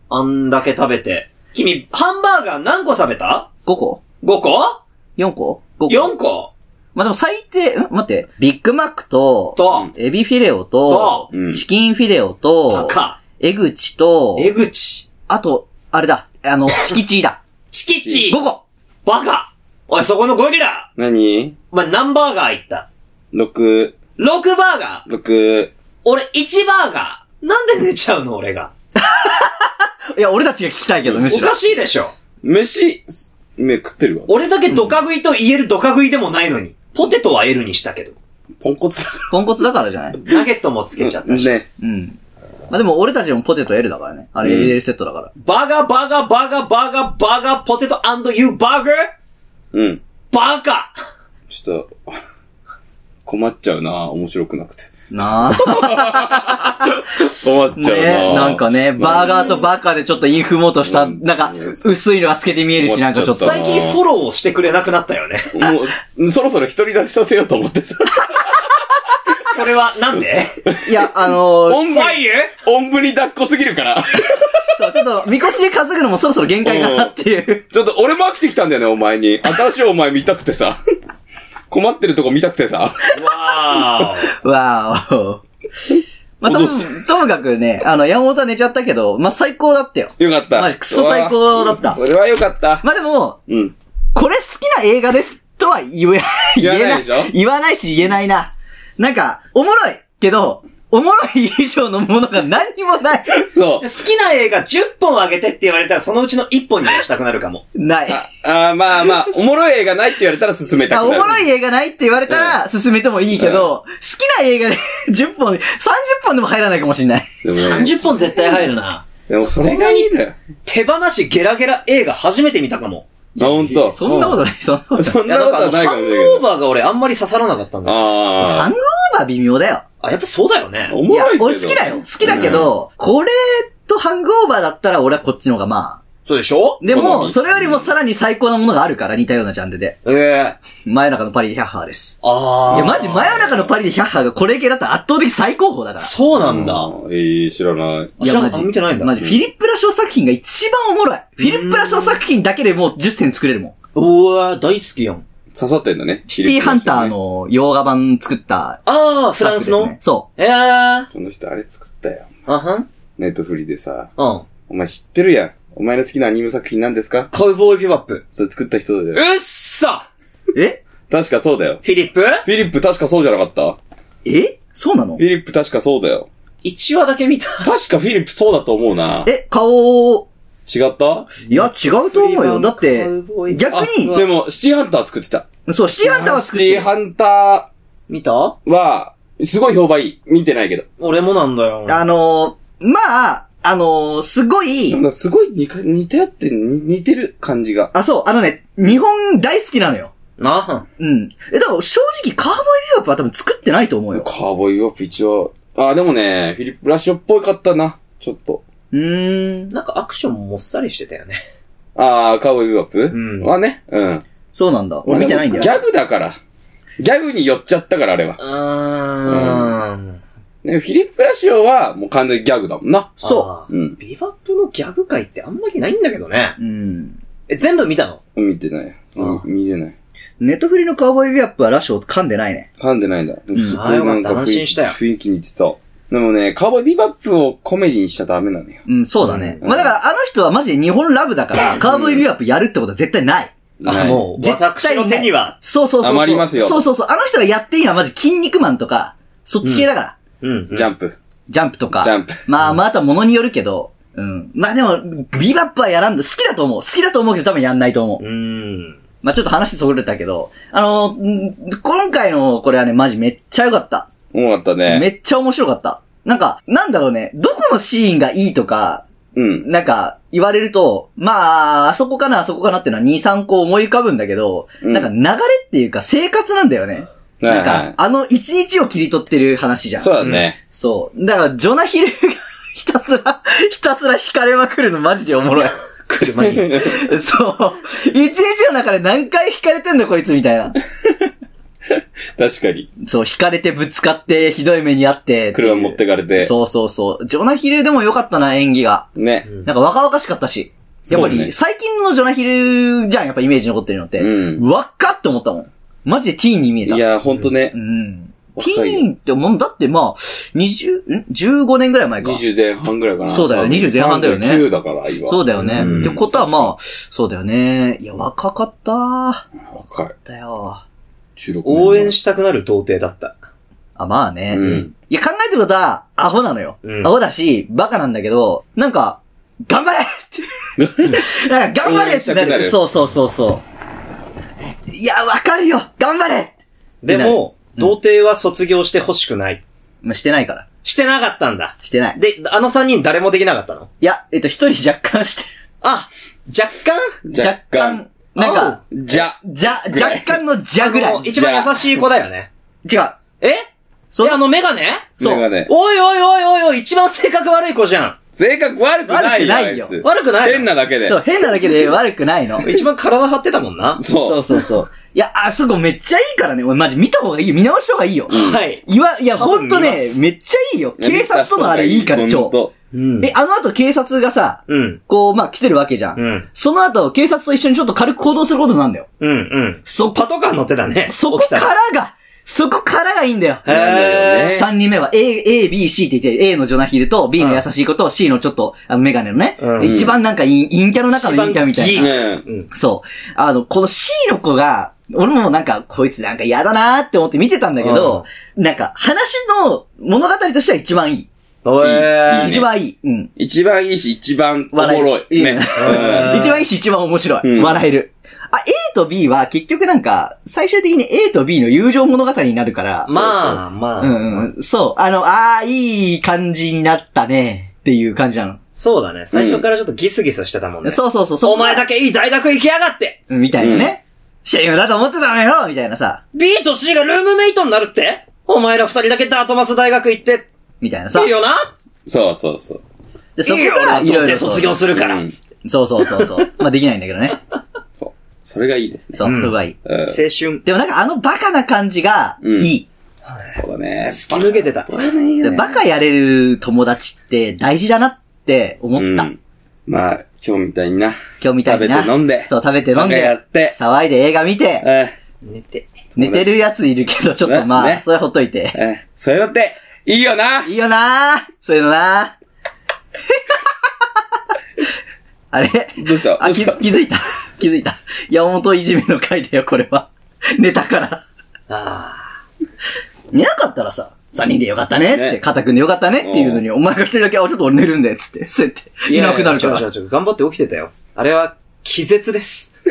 Speaker 2: あんだけ食べて。君、ハンバーガー何個食べた
Speaker 3: 5個
Speaker 2: ?5 個
Speaker 3: ?4 個 ?5 個。
Speaker 2: ?4 個
Speaker 3: まあ、でも最低、ん待って、ビッグマックと、
Speaker 2: と、
Speaker 3: エビフィレオと、
Speaker 1: うん
Speaker 3: チキンフィレオと、
Speaker 2: 高。
Speaker 3: エグチと、
Speaker 2: 江口。
Speaker 3: あと、あれだ、あの、チキチーだ。
Speaker 2: チキチ。
Speaker 3: 5個
Speaker 2: バカ。おい、そこのゴリラ。
Speaker 1: 何
Speaker 2: お前何バーガー行った
Speaker 1: 六、
Speaker 2: ?6 バーガー。
Speaker 1: 六、
Speaker 2: 俺1バーガー。なんで寝ちゃうの俺が。
Speaker 3: いや、俺たちが聞きたいけど、む
Speaker 2: お
Speaker 3: しろ
Speaker 2: か。しいでしょ。
Speaker 1: 飯、め食ってるわ。
Speaker 2: 俺だけドカ食いと言えるドカ食いでもないのに。ポテトは L にしたけど。
Speaker 1: ポンコツだ。
Speaker 3: ポンコツだからじゃない
Speaker 2: ナゲットもつけちゃったし。
Speaker 1: ね。
Speaker 3: うん。まあ、でも俺たちもポテト L だからね。あれ
Speaker 1: うん
Speaker 3: L セットだから。
Speaker 2: バーガー、バーガー、バーガー、バーガー、バーガー、ポテトユーバーガー
Speaker 1: うん。
Speaker 2: バカ
Speaker 1: ちょっと、困っちゃうな面白くなくて。
Speaker 3: なあ。
Speaker 1: 困っち [LAUGHS] ゃう
Speaker 3: ね
Speaker 1: な
Speaker 3: なんかね、バーガーとバカでちょっとインフモートした、
Speaker 1: うん
Speaker 3: なんか、薄いのが透けて見えるし、なんかちょっと。
Speaker 1: 思っちゃ
Speaker 2: 最
Speaker 1: った
Speaker 2: 近フォローをしてくれなくなったよね。
Speaker 1: もう、そろそろ一人出しさせようと思
Speaker 3: [LAUGHS]
Speaker 1: ってさ。
Speaker 2: それはなんで
Speaker 3: いや、あのー
Speaker 1: おんぶ
Speaker 2: ファイ
Speaker 1: に、
Speaker 2: ユ
Speaker 1: おんぶに抱っこすぎるから。
Speaker 3: そうちょっと、みこしで担ぐのもそろそろ限界かなっていう。
Speaker 1: ちょっと俺も飽きてきたんだよね、お前に。新しいお前見たくてさ。困ってるとこ見たくてさ。
Speaker 2: わ
Speaker 3: わーお。まあ、とも、ともかくね、あの、山本は寝ちゃったけど、まあ、最高だったよ。
Speaker 1: よかった。
Speaker 3: マジクソ最高だった
Speaker 1: うわそれはよかった。
Speaker 3: まあ、でも、
Speaker 1: うん。
Speaker 3: これ好きな映画ですとは言え、言
Speaker 1: 言
Speaker 3: え
Speaker 1: わな
Speaker 3: ない
Speaker 1: で
Speaker 3: い
Speaker 1: しょ。
Speaker 3: 言わないし言えないな。なんか、おもろいけど、おもろい以上のものが何にもない。
Speaker 1: そ
Speaker 2: ー好きな映画10本あげてって言われたらそのうちの1本にはしたくなるかも。
Speaker 3: ない。
Speaker 1: う。ああ、まあまあ、おもろい映画ないって言われたら進めた
Speaker 3: あ
Speaker 1: く
Speaker 3: お
Speaker 1: な
Speaker 3: も
Speaker 1: る。
Speaker 3: ろい映画ないって言われたら進めてもいいけど、好きな映画で10本、30本でも入らないかもしれ [LAUGHS] ない。
Speaker 1: でもね
Speaker 2: 30本絶対入るな。
Speaker 1: でもそれがいいのよ。
Speaker 2: 手放しゲラゲラ映画初めて見たかも。
Speaker 1: あ、ほんと。
Speaker 3: そんなことない、そんなことない。
Speaker 1: そん
Speaker 2: いや
Speaker 1: な
Speaker 2: な
Speaker 1: こと
Speaker 2: んか
Speaker 1: はな
Speaker 2: あの、
Speaker 1: い
Speaker 2: ハ
Speaker 1: か
Speaker 2: ン
Speaker 1: もし
Speaker 2: グ
Speaker 1: れない
Speaker 2: オーバーが俺あんまり刺さらなかったんだ。
Speaker 3: ハ
Speaker 1: あ
Speaker 3: ングオーバー微妙だよ。
Speaker 2: あ、やっぱそうだよね
Speaker 1: あ。。お
Speaker 3: い
Speaker 1: も
Speaker 3: や
Speaker 1: ろいけ、ど。
Speaker 3: 俺好きだよ。好きだけど、これとハングオーバーだったら俺はこっちの方がま
Speaker 2: そうでしょ
Speaker 3: あ。で
Speaker 1: 好
Speaker 3: も、
Speaker 1: み
Speaker 3: それよりもさらに最高なものがあるから、似たようなジャンルで。
Speaker 2: ええ
Speaker 3: 真夜中のパリでヒャッハーです。
Speaker 2: ああ。
Speaker 3: いや、マジ真夜中のパリでヒャッハーがこれ系だったら圧倒的最高峰だから。
Speaker 2: そうな
Speaker 1: うんん。
Speaker 2: だ。
Speaker 1: ええ、知らない。
Speaker 2: い
Speaker 3: い
Speaker 2: や、
Speaker 3: や
Speaker 2: マ
Speaker 3: マジ
Speaker 2: ジ見てないんだ。
Speaker 3: マジ、フィリップ・ラショー作品が一番おもろい。フィリップ・ラショー作品だけでもう10選作れるもん。
Speaker 2: うわ大好きやん。
Speaker 1: 刺さってんだね。
Speaker 3: シティハンター。の洋画版作った、
Speaker 2: ああ、フランスの、
Speaker 3: そ
Speaker 2: ええー。あ
Speaker 1: この人あれ作ったよ。
Speaker 2: はん。
Speaker 1: ネットフリでさ。
Speaker 2: うん。
Speaker 1: お前知ってるやん。お前の好きなアニメ作品なんですか
Speaker 2: カウボーイビバップ。
Speaker 1: それ作った人だよ。
Speaker 2: うっそ
Speaker 3: う。え
Speaker 1: 確かそうだよ。
Speaker 2: フィリップ
Speaker 1: フィリップ確かそうじゃなかった
Speaker 3: えそうなの
Speaker 1: フィリップ確かそうだよ。
Speaker 2: ?1 話だけ見た。
Speaker 1: 確かフィリップそうだと思うな。
Speaker 3: え、
Speaker 1: 違
Speaker 3: 顔、
Speaker 1: った
Speaker 3: いや、違うと思うよ。だって
Speaker 2: カウ、ボーイ
Speaker 3: 逆に
Speaker 1: あでも、シティハンター作ってた。
Speaker 3: そう、シティハンターは
Speaker 1: シ
Speaker 3: 作っ
Speaker 1: テ
Speaker 3: て
Speaker 1: ィ
Speaker 3: る。
Speaker 1: ハンタ
Speaker 2: 見た
Speaker 1: ーは、すごい評判いい。見てないけど。
Speaker 2: 俺もなんだよ。
Speaker 3: あのー、まあ、あのー、すごい
Speaker 1: なん、かすごい似か似て合って、似てる感じが。
Speaker 3: あ、そう、あのね、日本大好きなのよ。
Speaker 2: な
Speaker 3: うん。え、だから正直、カーボーイビューアップは多分作ってないと思うよ。
Speaker 1: カーボーイワップ一応。あ、でもね、フィリップラッシュっぽいかったな。ちょっと。
Speaker 3: うーん。
Speaker 2: なんかアクションもっさりしてたよね。
Speaker 1: ああ、カウボーイビバップ、
Speaker 2: ん
Speaker 1: はね、うん。
Speaker 3: そうなんだ。俺見てないんだ
Speaker 1: ギ
Speaker 3: よ。
Speaker 1: ャグだから。ギャグに寄っちゃったから、あれは。
Speaker 2: ーん。。
Speaker 1: ね、フィリップ・ラシオは、もう完全にギャグだもんな。
Speaker 3: そう
Speaker 1: うん。
Speaker 2: ビバップのギャグ界ってあんまりないんだけどね。
Speaker 3: う。うん。
Speaker 2: え、全部見たの
Speaker 1: 見てない。うん、見てない。
Speaker 3: ネットフリのカウボーイビアップはラッシュを噛んでないね。
Speaker 1: 噛んでないんだ。でもす
Speaker 2: あーよかった安
Speaker 1: 雰
Speaker 2: 心
Speaker 1: 囲
Speaker 2: し
Speaker 1: 気
Speaker 2: たよ
Speaker 1: 雰囲気に似てた。でもね、カウボーイビバップをコメディにしちゃダメなのよ。
Speaker 3: うん、そうだね。
Speaker 1: うん
Speaker 3: まあだからあの人はマジで日本ラブだから、カウボーイビアップやるってことは絶対ない。
Speaker 1: ない
Speaker 2: もう、
Speaker 3: 絶対ない
Speaker 2: 私の手には。
Speaker 3: そうそうそうそう。
Speaker 1: 余りますよ
Speaker 3: そうそうそう。あの人がやっていいのはマジ筋肉マンとか、そっち系だから。
Speaker 2: うん
Speaker 1: ジャンプ。
Speaker 3: ジャンプとか。
Speaker 1: ジャンプ
Speaker 3: まあ、また物によるけど、うん。まあでも、ビバップはやらんだ。好きだと思う。好きだと思うけど多分やんないと思う。
Speaker 2: うん。
Speaker 3: まあちょっと話それたけど、あのー、ん今回のこれはね、マジめっちゃ良かった。
Speaker 1: 重かった
Speaker 3: め
Speaker 1: ね。
Speaker 3: っちゃ面白かった。なんか、なんだろうね、どこのシーンがいいとか、
Speaker 1: うん。
Speaker 3: なんか、言われると、まあ、あそこかな、あそこかなってのは2、3個思い浮かぶんだけど、
Speaker 1: うん
Speaker 3: なんか流れっていうか生活なんだよね。
Speaker 1: はい
Speaker 3: な
Speaker 1: は
Speaker 3: ん
Speaker 1: い
Speaker 3: か、あの一日を切り取ってる話じゃん。
Speaker 1: そうだね。
Speaker 3: そう。だから、ジョナヒルがひたすら、 [LAUGHS] ひたすら惹かれまくるのマジでおもろ
Speaker 1: [LAUGHS]
Speaker 3: い。
Speaker 2: 車に。
Speaker 3: [LAUGHS] そう。一日の中で何回惹かれてんのこいつみたいな。
Speaker 1: 確かに。
Speaker 3: そう、惹かれてぶつかって、ひどい目にあって。
Speaker 1: 車持ってかれて。
Speaker 3: そうそうそう。ジョナヒルでも良かったな、演技が。
Speaker 1: ね。
Speaker 2: うん
Speaker 3: なんか若々しかったし。やっぱり、
Speaker 1: そうね
Speaker 3: 最近のジョナヒルじゃん、やっぱイメージ残ってるのって。
Speaker 1: うん
Speaker 3: 若っって思ったもん。マジでティーンに見えた。
Speaker 1: いや、ほんとね
Speaker 3: う。ん。テ
Speaker 1: 若いよ
Speaker 3: ィーンってもんだってまあ、20、ん ?15 年ぐらい前か。
Speaker 1: 20前半ぐらいかな。
Speaker 3: そうだよ20前半だよね
Speaker 1: 9だから、今。
Speaker 3: そうだよね。
Speaker 1: うん
Speaker 3: ってことはまあ、そうだよね。いや、若かったー。
Speaker 1: 若い。
Speaker 3: だよ。
Speaker 1: 16
Speaker 2: 応援したくなる童貞だった。
Speaker 3: あ、まあね。
Speaker 1: うん
Speaker 3: いや、考えてることは、アホなのよ。
Speaker 2: うん
Speaker 3: アホだし、バカなんだけど、なんか、頑張れ
Speaker 1: [LAUGHS]
Speaker 3: って。なんか、頑張れ
Speaker 1: 応
Speaker 3: ってな
Speaker 1: 援したくな
Speaker 3: る。
Speaker 1: る
Speaker 3: そうそうそうそう。いや、わかるよ頑張れ
Speaker 2: でも、童貞は卒業してほしくない。
Speaker 3: まあ、してないから。
Speaker 2: してなかったんだ。
Speaker 3: してない。
Speaker 2: で、あの三人誰もできなかったの
Speaker 3: いや、えっと、一人若干して
Speaker 2: あ、若干
Speaker 3: る。若
Speaker 1: 若干
Speaker 3: 干。なんか、
Speaker 1: じゃ、
Speaker 3: じゃ、
Speaker 1: ぐらい
Speaker 3: 若干のじゃぐらい。違う。
Speaker 2: 一番優しい子だよね。え
Speaker 3: そう
Speaker 2: え、あのメガネ
Speaker 1: そう。がね、
Speaker 2: おいおいおいおいおい、一番性格悪い子じゃ
Speaker 1: 性格悪くないよ。
Speaker 3: 悪くないよ
Speaker 1: あいつ
Speaker 2: 悪くないの
Speaker 1: 変なだけで。
Speaker 3: そう、変なだけで悪
Speaker 1: [LAUGHS]
Speaker 3: くないの。
Speaker 2: ん。一番体張ってたもんな。
Speaker 1: そ
Speaker 3: そう
Speaker 1: う。
Speaker 3: そうそう。いや、あそこめっちゃいいからね。俺マジ見た方がいいよ。見直した方がいいよ。
Speaker 2: はい。
Speaker 3: いわ、いや、
Speaker 2: 多
Speaker 3: ほ
Speaker 2: 分
Speaker 3: んと
Speaker 2: 見
Speaker 3: ね
Speaker 2: ま、す
Speaker 3: めっちゃいいよ。警察とのあれいいから、
Speaker 1: ほん
Speaker 3: 超。
Speaker 1: と
Speaker 2: うん
Speaker 3: え、あの後警察がさ、
Speaker 2: うん。
Speaker 3: こう、まあ、来てるわけじゃん。
Speaker 2: うん
Speaker 3: その後、警察と一緒にちょっと軽く行動することになんだよ。
Speaker 2: うん。うん。
Speaker 3: そ、
Speaker 2: パトカー乗ってたね。
Speaker 3: そこ
Speaker 2: 起きた
Speaker 3: からが、そこからがいいんだよ。
Speaker 1: なんだよ
Speaker 2: へ
Speaker 1: ね
Speaker 2: ー。
Speaker 3: 3人目は A、A、B、C って言って、A のジョナヒルと B の優しいこと、C のちょっと、あの、メガネのね。
Speaker 2: うん
Speaker 3: で一番なんか陰、陰キャの中の陰キャみたいな。
Speaker 2: 一番
Speaker 1: ね
Speaker 2: うん。
Speaker 3: そう。あの、この C の子が、俺もなんか、こいつなんか嫌だなーって思って見てたんだけど、なんか、話の物語としては一番いい。
Speaker 2: お
Speaker 1: いいね
Speaker 2: え
Speaker 3: 一番いい。うん。
Speaker 1: 一番いいし、一番おも
Speaker 3: 笑える
Speaker 1: ろい。
Speaker 3: いい
Speaker 1: ね。
Speaker 3: ね
Speaker 1: うん
Speaker 2: うん
Speaker 3: 一番いいし、一番面白
Speaker 1: う
Speaker 3: い。
Speaker 1: ん
Speaker 3: 笑える。あ、A と B は結局なんか、最終的に A と B の友情物語になるから、
Speaker 2: まあ、ま
Speaker 3: う
Speaker 2: あ。
Speaker 3: んうん。そう。あの、あー、いい感じになったね。っていう感じなの。
Speaker 2: そうだね。最初からちょっとギスギスしてたもんね。
Speaker 3: そうそうそう。そ
Speaker 2: お前だけいい大学行きやがって
Speaker 3: けみたいなね。シェイムだと思ってたのよみたいなさ。
Speaker 2: !B と C がルームメイトになるってお前ら二人だけダートマス大学行って、
Speaker 3: みたいなさ
Speaker 2: いい。よな
Speaker 1: そうそうそう。
Speaker 3: で、そこ
Speaker 2: いいよ
Speaker 3: からい
Speaker 2: 童
Speaker 3: ろいろ
Speaker 2: 貞
Speaker 3: と
Speaker 2: 卒業するか
Speaker 1: う
Speaker 2: ら
Speaker 1: ん
Speaker 2: つって
Speaker 3: そうそうそうそう。まあできないんだけどね。
Speaker 1: そう。それがいいね。
Speaker 3: そうう、
Speaker 2: ん
Speaker 3: そこがいい。
Speaker 1: うんそ
Speaker 2: 青春。
Speaker 3: でもなんかあのバカな感じが
Speaker 1: うん
Speaker 3: いい。
Speaker 1: うだね。
Speaker 2: 突き抜けてた。
Speaker 3: でバカやれる友達って大事だなって思
Speaker 1: う
Speaker 3: った。
Speaker 1: ん。まあ、今日みたいにな。
Speaker 3: 今日みたいに
Speaker 1: 食べ
Speaker 3: な。
Speaker 1: て飲んで
Speaker 3: そう、食べて飲ん
Speaker 1: バカやっ
Speaker 3: で。
Speaker 1: て
Speaker 3: 騒いで映画見て。
Speaker 1: え
Speaker 2: 寝て。
Speaker 3: 寝てるやついるけど、ちょっとまあ、
Speaker 1: ねね
Speaker 3: それほっといて。
Speaker 1: えそれだって、いいよない
Speaker 3: いよなーそういうのなー [LAUGHS] あれ
Speaker 1: どうした
Speaker 3: あ、気、気づいた。気づいた。山本いじめの回だよ、これは。寝たから。
Speaker 2: あ
Speaker 3: 寝なかったらさ、三人でよかったねって、
Speaker 1: ね
Speaker 3: 肩組んでよかったねっていうのに、お前が一人だけ、あ、ちょっと俺寝るんだよ、つって、そうやっ
Speaker 2: あ。
Speaker 3: て、いなくなるか
Speaker 2: いやいや
Speaker 3: ら。
Speaker 2: 違う違う違う頑張って起きてたよ。あれは、気絶
Speaker 3: [LAUGHS]
Speaker 2: です。 [LAUGHS]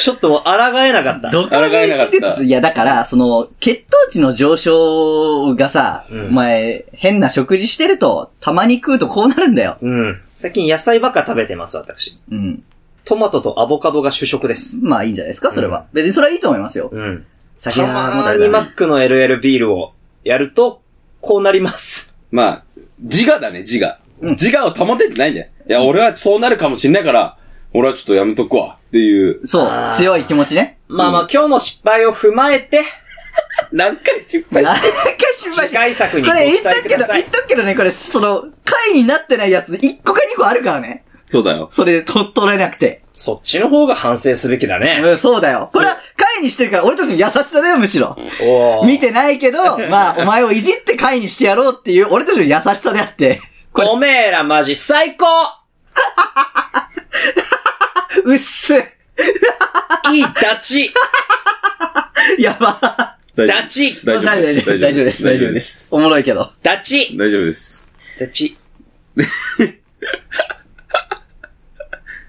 Speaker 2: ちょっともう抗えなかった。
Speaker 3: どこが
Speaker 1: 抗えなかっ
Speaker 3: 季
Speaker 1: た
Speaker 3: 節、いやだから、その、血糖値の上昇がさ、
Speaker 2: うん
Speaker 3: お前、変な食事してると、たまに食うとこうなるんだよ。
Speaker 2: うん。最近野菜ばっか食べてます、私。
Speaker 3: うん。
Speaker 2: トマトとアボカドが主食です。
Speaker 3: まあいいんじゃないですか、それは。別にそれはいいと思いますよ。
Speaker 2: うん。
Speaker 3: 酒
Speaker 2: た
Speaker 3: はもう
Speaker 2: ま
Speaker 3: ダメ
Speaker 2: にマ
Speaker 3: だね
Speaker 2: ックの LL ビールをやると、こうなります。
Speaker 1: まあ、自我だね、自我。
Speaker 3: うん
Speaker 1: 自我を保ててないんだよ。いや、俺はそうなるかもしんないから、俺はちょっとやめとくわ。っていう。
Speaker 3: そう
Speaker 2: あー。
Speaker 3: 強い気持ちね。
Speaker 2: まあまあ、今日の失敗を踏まえて、
Speaker 1: 何回失
Speaker 3: あ
Speaker 1: 敗
Speaker 3: なんか失敗
Speaker 2: 次
Speaker 3: した。
Speaker 2: 回作に
Speaker 3: こ
Speaker 2: ご
Speaker 3: れ
Speaker 2: 期
Speaker 3: 言っ
Speaker 2: 待
Speaker 3: た
Speaker 2: く
Speaker 3: けど
Speaker 2: だ、さ
Speaker 3: 言
Speaker 2: い
Speaker 3: っ。たけどね、これ、その、回になってないやつ、1個か2個あるからね。
Speaker 1: そうだよ。
Speaker 3: それ、と、取れなくて。
Speaker 2: そっちの方が反省すべきだね。
Speaker 3: うん、そうだよ。これは、回にしてるから、俺たちの優しさだよ、むしろ。
Speaker 2: おー
Speaker 3: 見てないけ
Speaker 1: [LAUGHS]
Speaker 3: ど、まあ、お前をいじって回にしてやろうっていう、俺たちの優しさであって。これ、
Speaker 2: おめえらマジ最
Speaker 3: [LAUGHS]
Speaker 2: 高
Speaker 3: うっす。
Speaker 2: いいダチ
Speaker 3: やば。
Speaker 1: 大
Speaker 2: ダチ
Speaker 1: 大丈夫です。
Speaker 3: 大丈夫です。大丈夫で。す。おもろいけど。
Speaker 2: ダチ
Speaker 1: 大丈夫です。
Speaker 2: ダチ。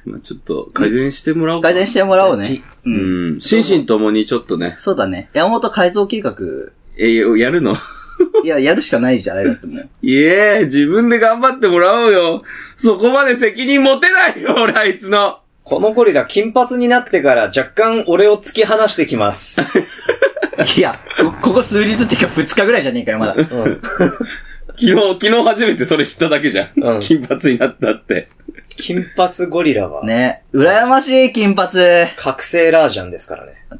Speaker 1: まあちょっと改善してもらおうか
Speaker 3: 改。善してもらおうね。うん。
Speaker 1: うん。心身ともにちょっとね、
Speaker 3: そうだね。山本改造計画、
Speaker 1: え、やるの [LAUGHS]
Speaker 3: いや、やるしかないじゃん、あれだってもう。 [LAUGHS]
Speaker 1: いえ、自分で頑張ってもらおうよ。そこまで責任持てないよ、俺、あいつの。
Speaker 2: このゴリラ金髪になってから若干俺を突き放してきます。
Speaker 3: いや、こ、ここ数日っていうか2日ぐらいじゃねえか
Speaker 1: [LAUGHS]
Speaker 3: よ、まだ。
Speaker 2: うん
Speaker 1: 昨日、昨日初めてそれ知っただけじゃん。
Speaker 2: うん
Speaker 1: 金髪になったって。
Speaker 2: 金髪ゴリラは、
Speaker 3: ね。羨ましい、金髪。確
Speaker 2: 覚醒ラージャンですからね。
Speaker 3: か
Speaker 1: ああ
Speaker 3: に。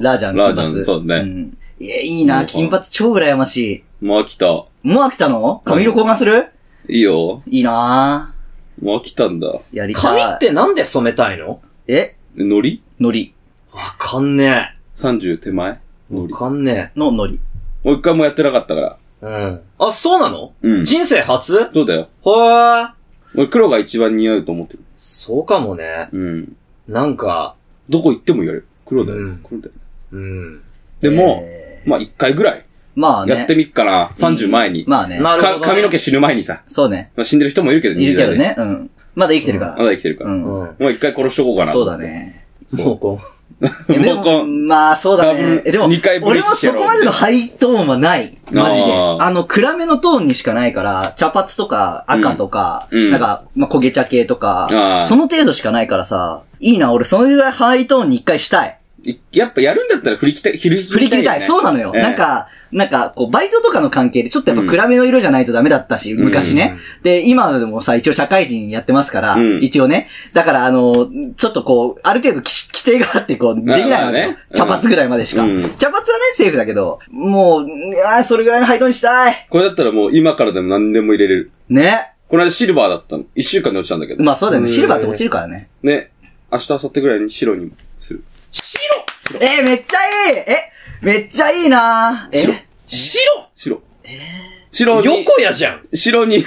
Speaker 3: ラージャン、金
Speaker 1: ラー
Speaker 3: 髪。
Speaker 1: ジャン、そうだね。
Speaker 3: んいや、いいな、金髪超羨まし
Speaker 1: もう飽きた。
Speaker 3: い。もう飽きたの髪色交換する
Speaker 1: いいよ。
Speaker 3: いいな
Speaker 1: もう飽きたんだ。
Speaker 3: やりたい。
Speaker 2: 髪ってなんで染めたいの
Speaker 3: え
Speaker 1: のり
Speaker 3: のり。
Speaker 2: わかんね
Speaker 1: ?30 手前
Speaker 2: え。
Speaker 1: の
Speaker 2: わ
Speaker 1: り。
Speaker 2: かんね
Speaker 3: ののり。
Speaker 1: もう一回もやってなかったから。
Speaker 2: え。うん。あ、そうなの
Speaker 1: うん。
Speaker 2: 人生初
Speaker 1: そうだよ。
Speaker 2: ほー。
Speaker 1: 俺黒が一番似合うと思ってる。
Speaker 2: そうかもね。
Speaker 1: うん。
Speaker 2: なんか、
Speaker 1: どこ行っても言われる。黒だよ。
Speaker 2: うん
Speaker 1: 黒だよ。
Speaker 2: うん。
Speaker 1: でも、
Speaker 3: え
Speaker 1: まあ一回ぐら
Speaker 3: ーまあ
Speaker 1: い
Speaker 3: ね。
Speaker 1: やってみっかな。30前に。
Speaker 3: まあね。
Speaker 2: なるほ
Speaker 1: か
Speaker 2: どね
Speaker 1: 髪の毛死ぬ前にさ。
Speaker 3: そうね。
Speaker 1: まあ死んでる人もいるけど、
Speaker 3: いるけど
Speaker 1: 20代
Speaker 3: ね。うん。まだ生きてるから
Speaker 1: で。ま。だ生きてるから。
Speaker 3: う
Speaker 1: も
Speaker 3: ん。
Speaker 2: うん。
Speaker 1: う一回殺しとこうかな。
Speaker 3: そう
Speaker 1: [LAUGHS]
Speaker 3: だ。ね。
Speaker 2: もうこう。
Speaker 3: いやで
Speaker 1: もうこ
Speaker 3: も、
Speaker 1: う
Speaker 3: まあそうだ
Speaker 1: ダブ
Speaker 3: ね
Speaker 1: ル。
Speaker 3: えでも
Speaker 1: 二回、ブリ
Speaker 3: 俺
Speaker 1: ッ
Speaker 3: も
Speaker 1: ジして
Speaker 3: そ
Speaker 1: やろう
Speaker 3: こまでのハイトーンはない。マジで。
Speaker 1: あー
Speaker 3: あの、暗めのトーンにしかないから、茶髪とか赤とか、
Speaker 1: うんうん
Speaker 3: なんか、まあ焦げ茶系と
Speaker 1: あ
Speaker 3: か
Speaker 1: ー、
Speaker 3: その程度しかないからさ、いいな、俺そのぐらいハイトーンに一回したい。
Speaker 1: いやっぱやるんだったら振り切りたい。振り
Speaker 3: 振り切りたい。そうなのよ。なん、か、なんか、こう、バイトとかの関係でちょっとやっぱ暗めの色じゃないとダメだったし、
Speaker 1: うん
Speaker 3: 昔ね。で、今でもさ、一応社会人やってますから、
Speaker 1: うん
Speaker 3: 一応ね。だから、あの、ちょっとこう、ある程度規規定があって、こう、できない
Speaker 1: まあ
Speaker 3: わけよ
Speaker 1: ね
Speaker 3: 茶髪ぐらいまでしか。
Speaker 1: うん
Speaker 3: 茶髪はね、セーフだけど、もう、あーそれぐらいの配当にしたい。
Speaker 1: これだったらもう今からでも何でも入れれる。
Speaker 3: ね。
Speaker 1: この間シルバーだったの。一週間で落ちたんだけど。
Speaker 3: まあそうだよね。
Speaker 2: うん
Speaker 3: シルバーって落ちるからね。
Speaker 1: ね。明日、明後日ぐらいに白にする。
Speaker 2: 白
Speaker 3: えーめっちゃいいえ、めっちゃいいなえ
Speaker 1: 白
Speaker 2: 白
Speaker 1: 白。白に。
Speaker 2: 横やじゃん
Speaker 1: 白に。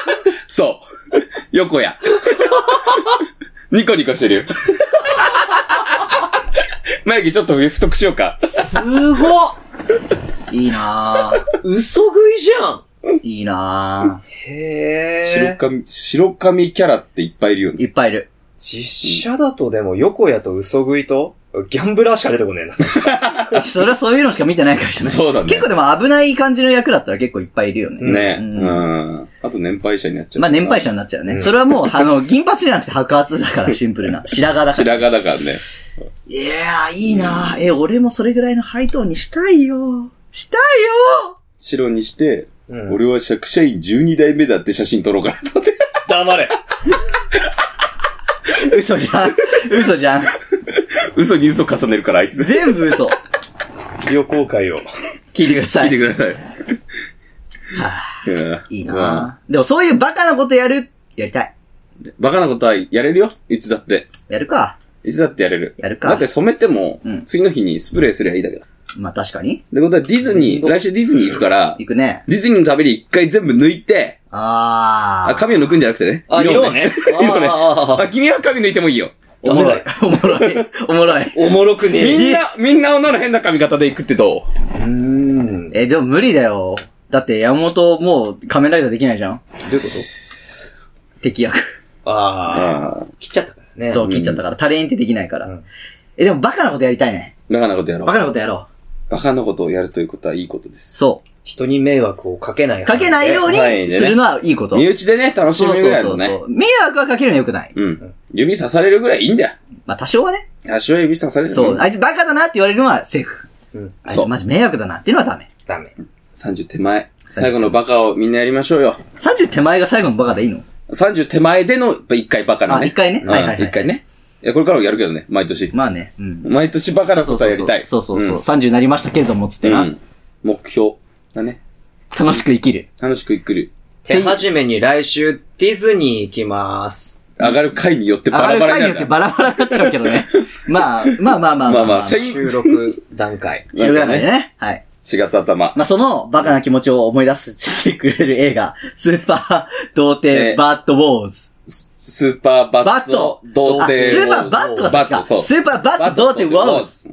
Speaker 1: [LAUGHS] そう。横や。ニコニコしてるよ。眉毛ちょっと太くしようか。
Speaker 2: すごっ
Speaker 3: いいな
Speaker 2: 嘘食いじゃん
Speaker 3: いいな
Speaker 2: へ
Speaker 1: 白髪、白髪キャラっていっぱいいるよね。
Speaker 3: いっぱいいる。
Speaker 2: 実写だとでも、横やと嘘食いと、ギャンブラーしか出てこねえな。
Speaker 3: [LAUGHS] それはそういうのしか見てないからじゃない。
Speaker 1: そうだね
Speaker 3: 結構でも危ない感じの役だったら結構いっぱいいるよ
Speaker 1: ね。
Speaker 3: ね。
Speaker 1: う
Speaker 3: うん
Speaker 1: ん。あと年配者になっちゃう。
Speaker 3: まあ年配
Speaker 1: 者。
Speaker 3: 者になっちゃうね。
Speaker 2: うん
Speaker 3: それはもう、あの、銀髪じゃなくて白髪だから、シンプルな。白髪だか
Speaker 1: [LAUGHS]
Speaker 3: ら。
Speaker 1: 白髪だからね。
Speaker 3: いやー、いいなー。え、俺もそれぐらいのハイトーンにしたいよ。したいよ
Speaker 1: 白にして、
Speaker 2: うん
Speaker 1: 俺は釈社員12代目だって写真撮ろうかなと思って。
Speaker 2: 黙れ
Speaker 3: ー嘘じゃん。嘘じゃん。
Speaker 1: [LAUGHS] 嘘に嘘重ねるから、あいつ。
Speaker 3: 全部嘘。
Speaker 2: 旅行会を。
Speaker 3: 聞いてくださ
Speaker 1: 見て
Speaker 3: い。
Speaker 1: ください。
Speaker 3: はいいい
Speaker 1: まあ
Speaker 3: なー。でもそういうバカなことやる、やりたい。
Speaker 1: バカなことはやれるよ。いつだって。
Speaker 3: やるか。
Speaker 1: いつだってやれる。
Speaker 3: やるか
Speaker 1: だって染めても
Speaker 3: う、ん
Speaker 1: 次の日にスプレーすりゃいいだけだ。
Speaker 3: まあ確か
Speaker 1: っ
Speaker 3: に。
Speaker 1: てことはディズニー、来週ディズニー行くから
Speaker 3: い、くね。
Speaker 1: ディズニーの旅に一回全部抜いて、
Speaker 3: あ
Speaker 1: あ、
Speaker 3: ー。
Speaker 1: 髪を抜くんじゃなくてね。
Speaker 2: あ、
Speaker 1: を
Speaker 2: 色ね。 [LAUGHS]
Speaker 1: 色ね。
Speaker 2: あ
Speaker 1: あ、君は髪抜いてもいいよ。
Speaker 3: おもろい。おもろい。おもろい。
Speaker 2: ーおもろくねえ。
Speaker 1: みんな、みんな女の変な髪型で行くってどう
Speaker 2: うーん。
Speaker 3: え、でも無理だよ。だって山本もう仮面ライダーできないじゃん
Speaker 1: どういうこと
Speaker 3: 敵役。
Speaker 2: あ
Speaker 1: ああ
Speaker 2: あ。。切っちゃったからね。
Speaker 3: そう、切っちゃったから、タレンってできないから。
Speaker 2: うん
Speaker 3: え、でもバカなことやりたいね。
Speaker 1: バカなことやろ
Speaker 3: バ
Speaker 1: う。
Speaker 3: カなことやろう。
Speaker 1: バカなことをやるということはいいことです。
Speaker 3: そ
Speaker 2: 人に迷惑をかけな
Speaker 3: う。
Speaker 2: い。
Speaker 3: かけないように
Speaker 1: はいね
Speaker 3: するのはいいこと。
Speaker 1: 身内でね、楽し
Speaker 3: そう
Speaker 1: むぐ
Speaker 3: そう
Speaker 1: らい
Speaker 3: そ
Speaker 1: の
Speaker 3: う
Speaker 1: ね
Speaker 3: そ。う。迷惑はかけるのは良くない。
Speaker 1: うん。指刺されるぐらいいいんだよ。
Speaker 3: まあ多少はね。
Speaker 1: 足は指刺されるの
Speaker 3: そう。あいつバカだなって言われるのはセーフ。
Speaker 2: うん。
Speaker 3: あい
Speaker 1: そ
Speaker 3: つ
Speaker 1: う
Speaker 3: マジ迷惑だなっていうのはダメ。
Speaker 2: ダメ。
Speaker 1: 30手前。最後のバカをみんなやりましょうよ。
Speaker 3: 30手前が最後のバカでいいの
Speaker 1: 30手前での、やっぱ一回バカな
Speaker 3: あ
Speaker 1: ね。
Speaker 3: 一回ね
Speaker 1: うん
Speaker 3: はいはいはい
Speaker 1: 一回ね。いや、これからもやるけどね、毎年。
Speaker 3: まあね。うん。
Speaker 1: 毎年バカなことはやりたい。
Speaker 3: そうそうそう。30になりましたけれども、つって
Speaker 1: うん。う
Speaker 3: な。
Speaker 1: ん。目標だね。
Speaker 3: 楽しく生きる。
Speaker 1: 楽しくゆっくり。
Speaker 2: 手始めに来週、ディズニー行きます。
Speaker 1: 上がる回によって
Speaker 3: 上
Speaker 1: バ
Speaker 3: が
Speaker 1: ラ
Speaker 3: る
Speaker 1: バラ
Speaker 3: 回
Speaker 1: に
Speaker 3: に
Speaker 1: な
Speaker 3: よ
Speaker 1: る
Speaker 3: っ
Speaker 1: か
Speaker 3: て
Speaker 1: ら。
Speaker 3: バラバラになっちゃうけどね。まあ、まあまあまあ
Speaker 1: まあまあ、
Speaker 3: 4
Speaker 1: 先
Speaker 2: 収録段 [LAUGHS] 階。
Speaker 1: なんか
Speaker 3: 月
Speaker 1: ね
Speaker 3: でね。はい。
Speaker 1: 月頭。
Speaker 3: まあ、そのバカな気持ちを思い出してくれる映画、スーパー童
Speaker 1: えー
Speaker 3: 貞バッドウォーズ。
Speaker 1: スーパーバ
Speaker 3: バ
Speaker 1: ッ
Speaker 3: ット
Speaker 1: ト、童
Speaker 3: あス
Speaker 1: 貞を。
Speaker 3: ーパーバットが好き
Speaker 1: バット
Speaker 3: か。
Speaker 1: そう。
Speaker 3: スーパーバット童貞ウォーズ。
Speaker 1: ズ。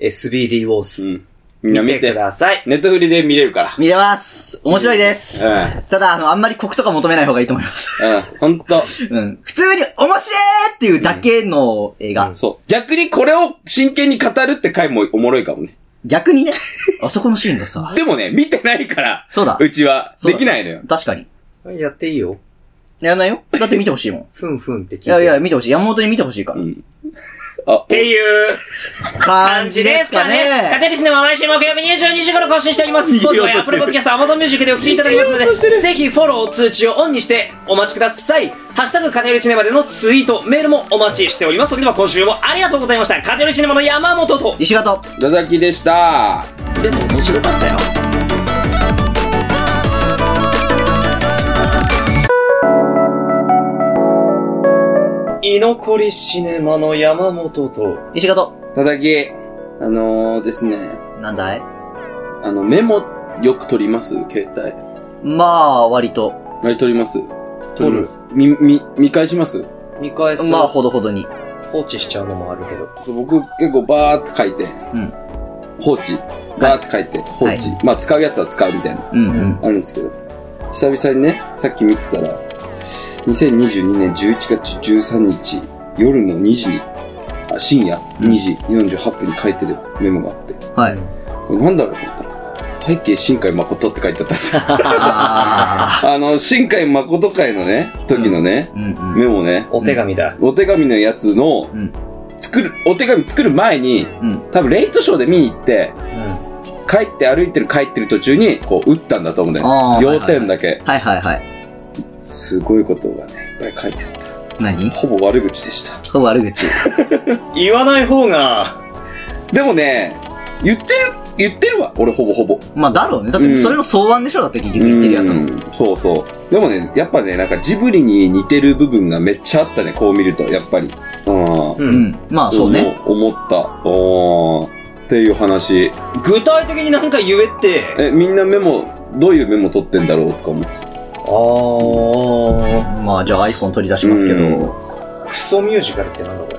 Speaker 2: SBD ウォース。
Speaker 1: うん。みんな見
Speaker 2: 見て
Speaker 1: て
Speaker 2: く。ださい。
Speaker 1: ネットフリで見れるから。
Speaker 3: 見れます。面白いです。
Speaker 1: うん。
Speaker 3: ただ、あの、あんまりコクとか求めない方がいいと思います。
Speaker 1: [LAUGHS] うん。ほんと。
Speaker 3: うん。普通に面白いっていうだけの映画。
Speaker 1: そう。逆にこれを真剣に語るって回もおもろいかもね。
Speaker 3: 逆にね、あそこのシーンがさ、
Speaker 1: でもね、見てないから。
Speaker 3: そうだ
Speaker 1: うちは。
Speaker 3: そう
Speaker 1: で
Speaker 3: だ
Speaker 1: きないのよ。
Speaker 3: 確かに。
Speaker 2: やっていいよ。
Speaker 3: やらないよ。だって見てほしいもん。
Speaker 2: ふんふんって聞いて。
Speaker 3: いやいや、見てほしい。山本に見てほしいから。
Speaker 1: あ、
Speaker 2: っていう
Speaker 3: 感
Speaker 2: 感じ
Speaker 3: じ
Speaker 2: で
Speaker 3: ですす
Speaker 2: か
Speaker 3: か
Speaker 2: ね。カ
Speaker 3: ね。
Speaker 2: テリシネは毎週木曜日22時頃更新しており [LAUGHS] ます。スポーツやアップルポッドキャスト、アマゾンミュージックでお聞きいただけますので、ぜひフォロー通知をオンにしてお待ちください。ハッシュタグカテリシネマでのツイート、メールもお待ちしております。それでは今週もありがとうございました。カテリシネマの山本と。
Speaker 3: 石形。
Speaker 1: 野崎でした。
Speaker 2: でも面白かったよ。居残りシネマの山本と。
Speaker 3: 石形。
Speaker 1: 野崎、あのー、ですね。
Speaker 3: なんだい
Speaker 1: あの、メモよく取ります携帯。
Speaker 3: まあ、割と。
Speaker 1: あれ取ります
Speaker 2: 取る
Speaker 1: み、み、見返します
Speaker 2: 見返
Speaker 3: まあ、ほどほどに。
Speaker 2: 放置しちゃうのもあるけど。
Speaker 1: そう僕結構バーって書いて、
Speaker 3: ん
Speaker 1: 放置。バーって書いて、放置。
Speaker 3: は
Speaker 1: まあ使うやつは使うみたいな、
Speaker 3: うんうん。
Speaker 1: あるんですけど。久々にね、さっき見てたら、2022年11月13日、夜の2時に、あ深夜2時48分に書いてるメモがあって、
Speaker 3: はい。
Speaker 1: これなんだろうと思ったら、背景新海誠って書いてあったんです
Speaker 3: [LAUGHS]
Speaker 1: よ。
Speaker 3: あ
Speaker 1: あの、新海誠会のね、時のね
Speaker 3: ー、うんうん。
Speaker 1: メモね、
Speaker 2: お手紙だ。
Speaker 1: お手紙のやつの
Speaker 3: うん、
Speaker 1: 作る、お手紙作る前に、
Speaker 3: うん。
Speaker 1: 多分レイトショーで見に行って、
Speaker 2: うん。
Speaker 1: 帰って歩いてる帰ってる途中に、こう、打ったんだと思うんだ
Speaker 3: あ
Speaker 1: よ
Speaker 3: ー
Speaker 1: ね。要点だけ。
Speaker 3: はいはいはい。
Speaker 1: すごいことがね、いっぱい書いてあった。
Speaker 3: 何 [LAUGHS]
Speaker 1: ほぼ悪口でした。
Speaker 3: ほぼ悪口。
Speaker 2: 言わない方が、
Speaker 1: でもね、言ってる、言ってるわ。俺ほぼほぼ。
Speaker 3: まあ、だろうね。だっ
Speaker 1: うん
Speaker 3: て、それの相案でしょだって結局言ってるやつも。
Speaker 1: うんそうそう。でもね、やっぱね、なんかジブリに似てる部分がめっちゃあったね。こう見ると、やっぱり。うん。
Speaker 3: う。ん。まあ、そうね。
Speaker 1: 思。思った。おーっていう話。
Speaker 2: 具体的になんか言えって。
Speaker 1: え、みんなメモ、どういうメモ取ってんだろうとか思ってた。
Speaker 2: あー。
Speaker 3: まあ、じゃあ iPhone 取り出しますけ
Speaker 1: うん
Speaker 3: ど。
Speaker 2: クソミュージカルってなんだこれ。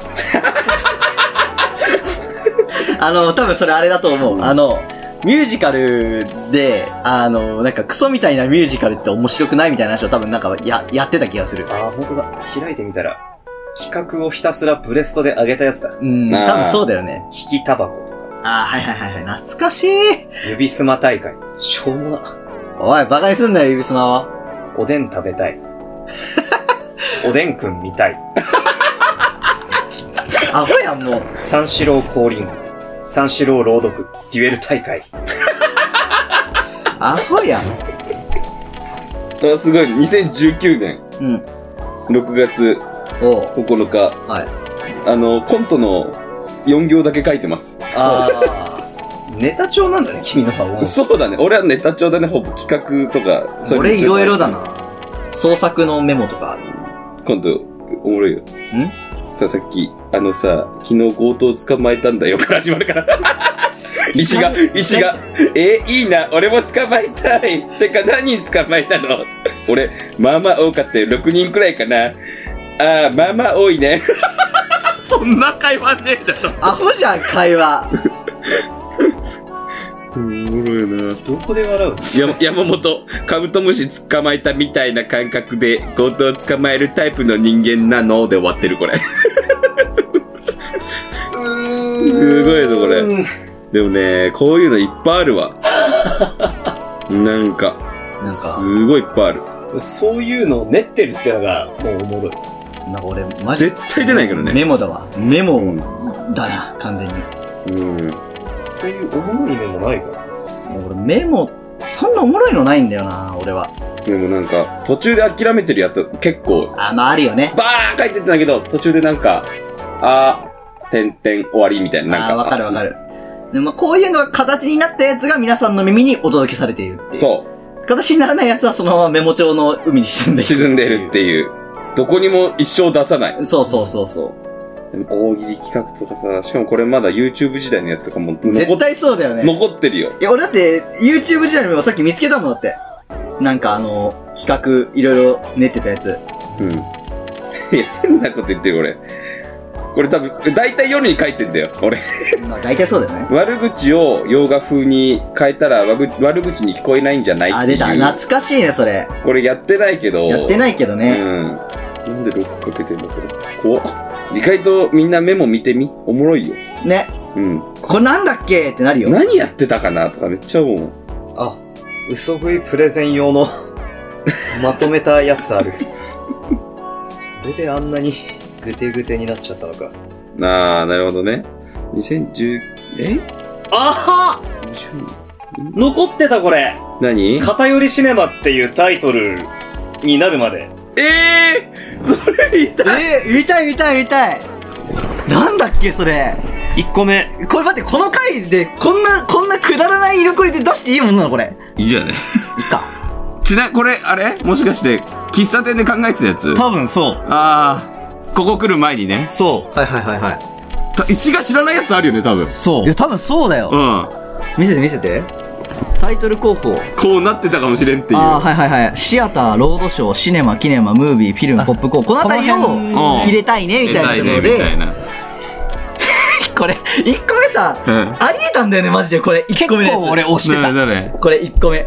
Speaker 3: あの、多分それあれだと思
Speaker 1: う
Speaker 3: う。
Speaker 1: ん
Speaker 3: あの、ミュージカルで、あの、なんかクソみたいなミュージカルって面白くないみたいな話を多分なんかや、やってた気がする。
Speaker 2: あー、ほんとだ。開いてみたら、企画をひたすらブレストで上げたやつだ。
Speaker 3: うん、
Speaker 1: あー
Speaker 3: 多分そうだよね。
Speaker 2: 引きタバコとか、
Speaker 3: ああ、はいはいはいはい。懐かしい。
Speaker 2: 指すま大会。しょうもな。
Speaker 3: おい、バカにすんなよ、指すまは。
Speaker 2: おでん食べたい。おでんくん見たい。
Speaker 3: アホやん、もう。
Speaker 2: 三四郎降臨。三四郎朗読。デュエル大会。
Speaker 3: アホやん。
Speaker 1: あすごい。2019年
Speaker 3: うん。
Speaker 1: 6月
Speaker 3: おう。
Speaker 1: 9日、
Speaker 3: はい。
Speaker 1: あの、コントの4行だけ書いてます。
Speaker 2: あー。
Speaker 3: [LAUGHS]
Speaker 2: ネタ帳なんだね、君のはもう。
Speaker 1: そうだね。俺はネタ帳だね。ほぼ企画とか、そう
Speaker 3: 俺
Speaker 1: う
Speaker 3: いろいろだ。な。創作のメモとかある。
Speaker 1: コント、おもろいよ。さあ、さっき、あのさ、昨日強盗捕まえたんだよから始まる [LAUGHS] から。石が、石が、えーいいな、俺も捕まえたい。てか、何人捕まえたの俺、まあまあ多かったよ。6人くらいかな。ああ、まあまあ多いね。 [LAUGHS] そんな会話ねえだろ。
Speaker 3: アホじゃん、会話。
Speaker 1: うん、おもろいな。
Speaker 2: どこで笑う
Speaker 1: や山本、カブトムシ捕まえたみたいな感覚で強盗を捕まえるタイプの人間なので終わってる、これ。すごいぞ、これ。でもね、こういうのいっぱいあるわ。なんか、
Speaker 3: なんか、
Speaker 1: すごいいっぱいある。
Speaker 2: そういうのを練ってるってのが、もうおもろい。
Speaker 3: なんか俺、マジ
Speaker 1: 絶対出ないからね。
Speaker 3: メモだわ。メモだな、完全に。
Speaker 1: うん。
Speaker 2: そういうおもろい面もないから。
Speaker 3: もう俺メモ、そんなおもろいのないんだよな、俺は。
Speaker 1: でもなんか、途中で諦めてるやつ結構、
Speaker 3: あの、あるよね。
Speaker 1: バー書いてたんだけど、途中でなんか、あー、点々終わりみたいな。なん
Speaker 3: あ
Speaker 1: か
Speaker 3: あ、わかるわかる。でも、こういうのが形になったやつが皆さんの耳にお届けされている。
Speaker 1: そう。
Speaker 3: 形にならないやつはそのままメモ帳の海に沈んでい
Speaker 1: 沈んでるっていう。どこにも一生出さない。
Speaker 3: る。 [LAUGHS] そうそうそうそう。
Speaker 1: でも大喜利企画とかさ、しかもこれまだ YouTube 時代のやつとかも残っ
Speaker 3: 絶対そうだよね。
Speaker 1: 残ってるよ。
Speaker 3: いや、俺だって、YouTube 時代のメモさっき見つけたもんだって。なんかあの、企画、いろいろ練ってたやつ。
Speaker 1: うん。いや、変なこと言ってる俺。これ多分、大体夜に書いてんだよ、俺。
Speaker 3: まあ、大体そうだよね。
Speaker 1: 悪口を洋画風に変えたら悪口悪口に聞こえないんじゃないっていう。
Speaker 3: あ、出た。懐かしいね、それ。
Speaker 1: これやってないけど。
Speaker 3: やってないけどね。
Speaker 1: うん。なんでロックかけてんだ、これ。怖っ。意外とみんなメモ見てみおもろいよ。
Speaker 3: ね。
Speaker 1: うん。
Speaker 3: これなんだっけってなるよ。
Speaker 1: 何やってたかなとかめっちゃ思う。
Speaker 2: あ、嘘食いプレゼン用 [LAUGHS] のまとめたやつある。それであんなにぐてぐてになっちゃったのか。
Speaker 1: あー、なるほどね。2010、え
Speaker 2: あは
Speaker 1: 20?
Speaker 2: 残ってたこれ
Speaker 1: 何
Speaker 2: 偏りシネマっていうタイトルになるまで。
Speaker 1: え
Speaker 3: えー、見たい見たい見たい。なんだっけ、それ。
Speaker 2: 1個目。
Speaker 3: これ待って、この回で、こんな、こんなくだらない色こりで出していいもんなのこれ。
Speaker 1: ー、いいじゃ [LAUGHS] ね。
Speaker 3: いっか。
Speaker 1: ちな、これ、あれもしかして、喫茶店で考えてたやつ
Speaker 2: 多分そう。
Speaker 1: あー、ここ来る前にね。
Speaker 2: そ
Speaker 3: はいはいはいはい。
Speaker 1: さ石が知らないやつあるよね、多分
Speaker 2: う。。そ
Speaker 3: いや、。多分そうだよ。
Speaker 1: うん。
Speaker 3: 見せて見せて。タイトル候補。
Speaker 1: こうなってたかもしれんっていう。
Speaker 3: ああ、はいはいはい。シアター、ロードショー、シネマ、キネマ、ムービー、フィルム、ポップコーン。この辺りを
Speaker 2: この
Speaker 1: う
Speaker 2: 辺
Speaker 1: ん
Speaker 3: 入れたいね、みたいなところ
Speaker 1: 得たい
Speaker 3: で。
Speaker 1: ねみ
Speaker 3: これ、1個目さ、
Speaker 1: たいな。
Speaker 3: ありえたんだよね、マジで。 [LAUGHS] これ、1個目のやつ。
Speaker 2: 結構俺押し
Speaker 1: う
Speaker 2: て
Speaker 1: ん。
Speaker 2: た
Speaker 1: [LAUGHS] だねだね。
Speaker 3: これ1個目。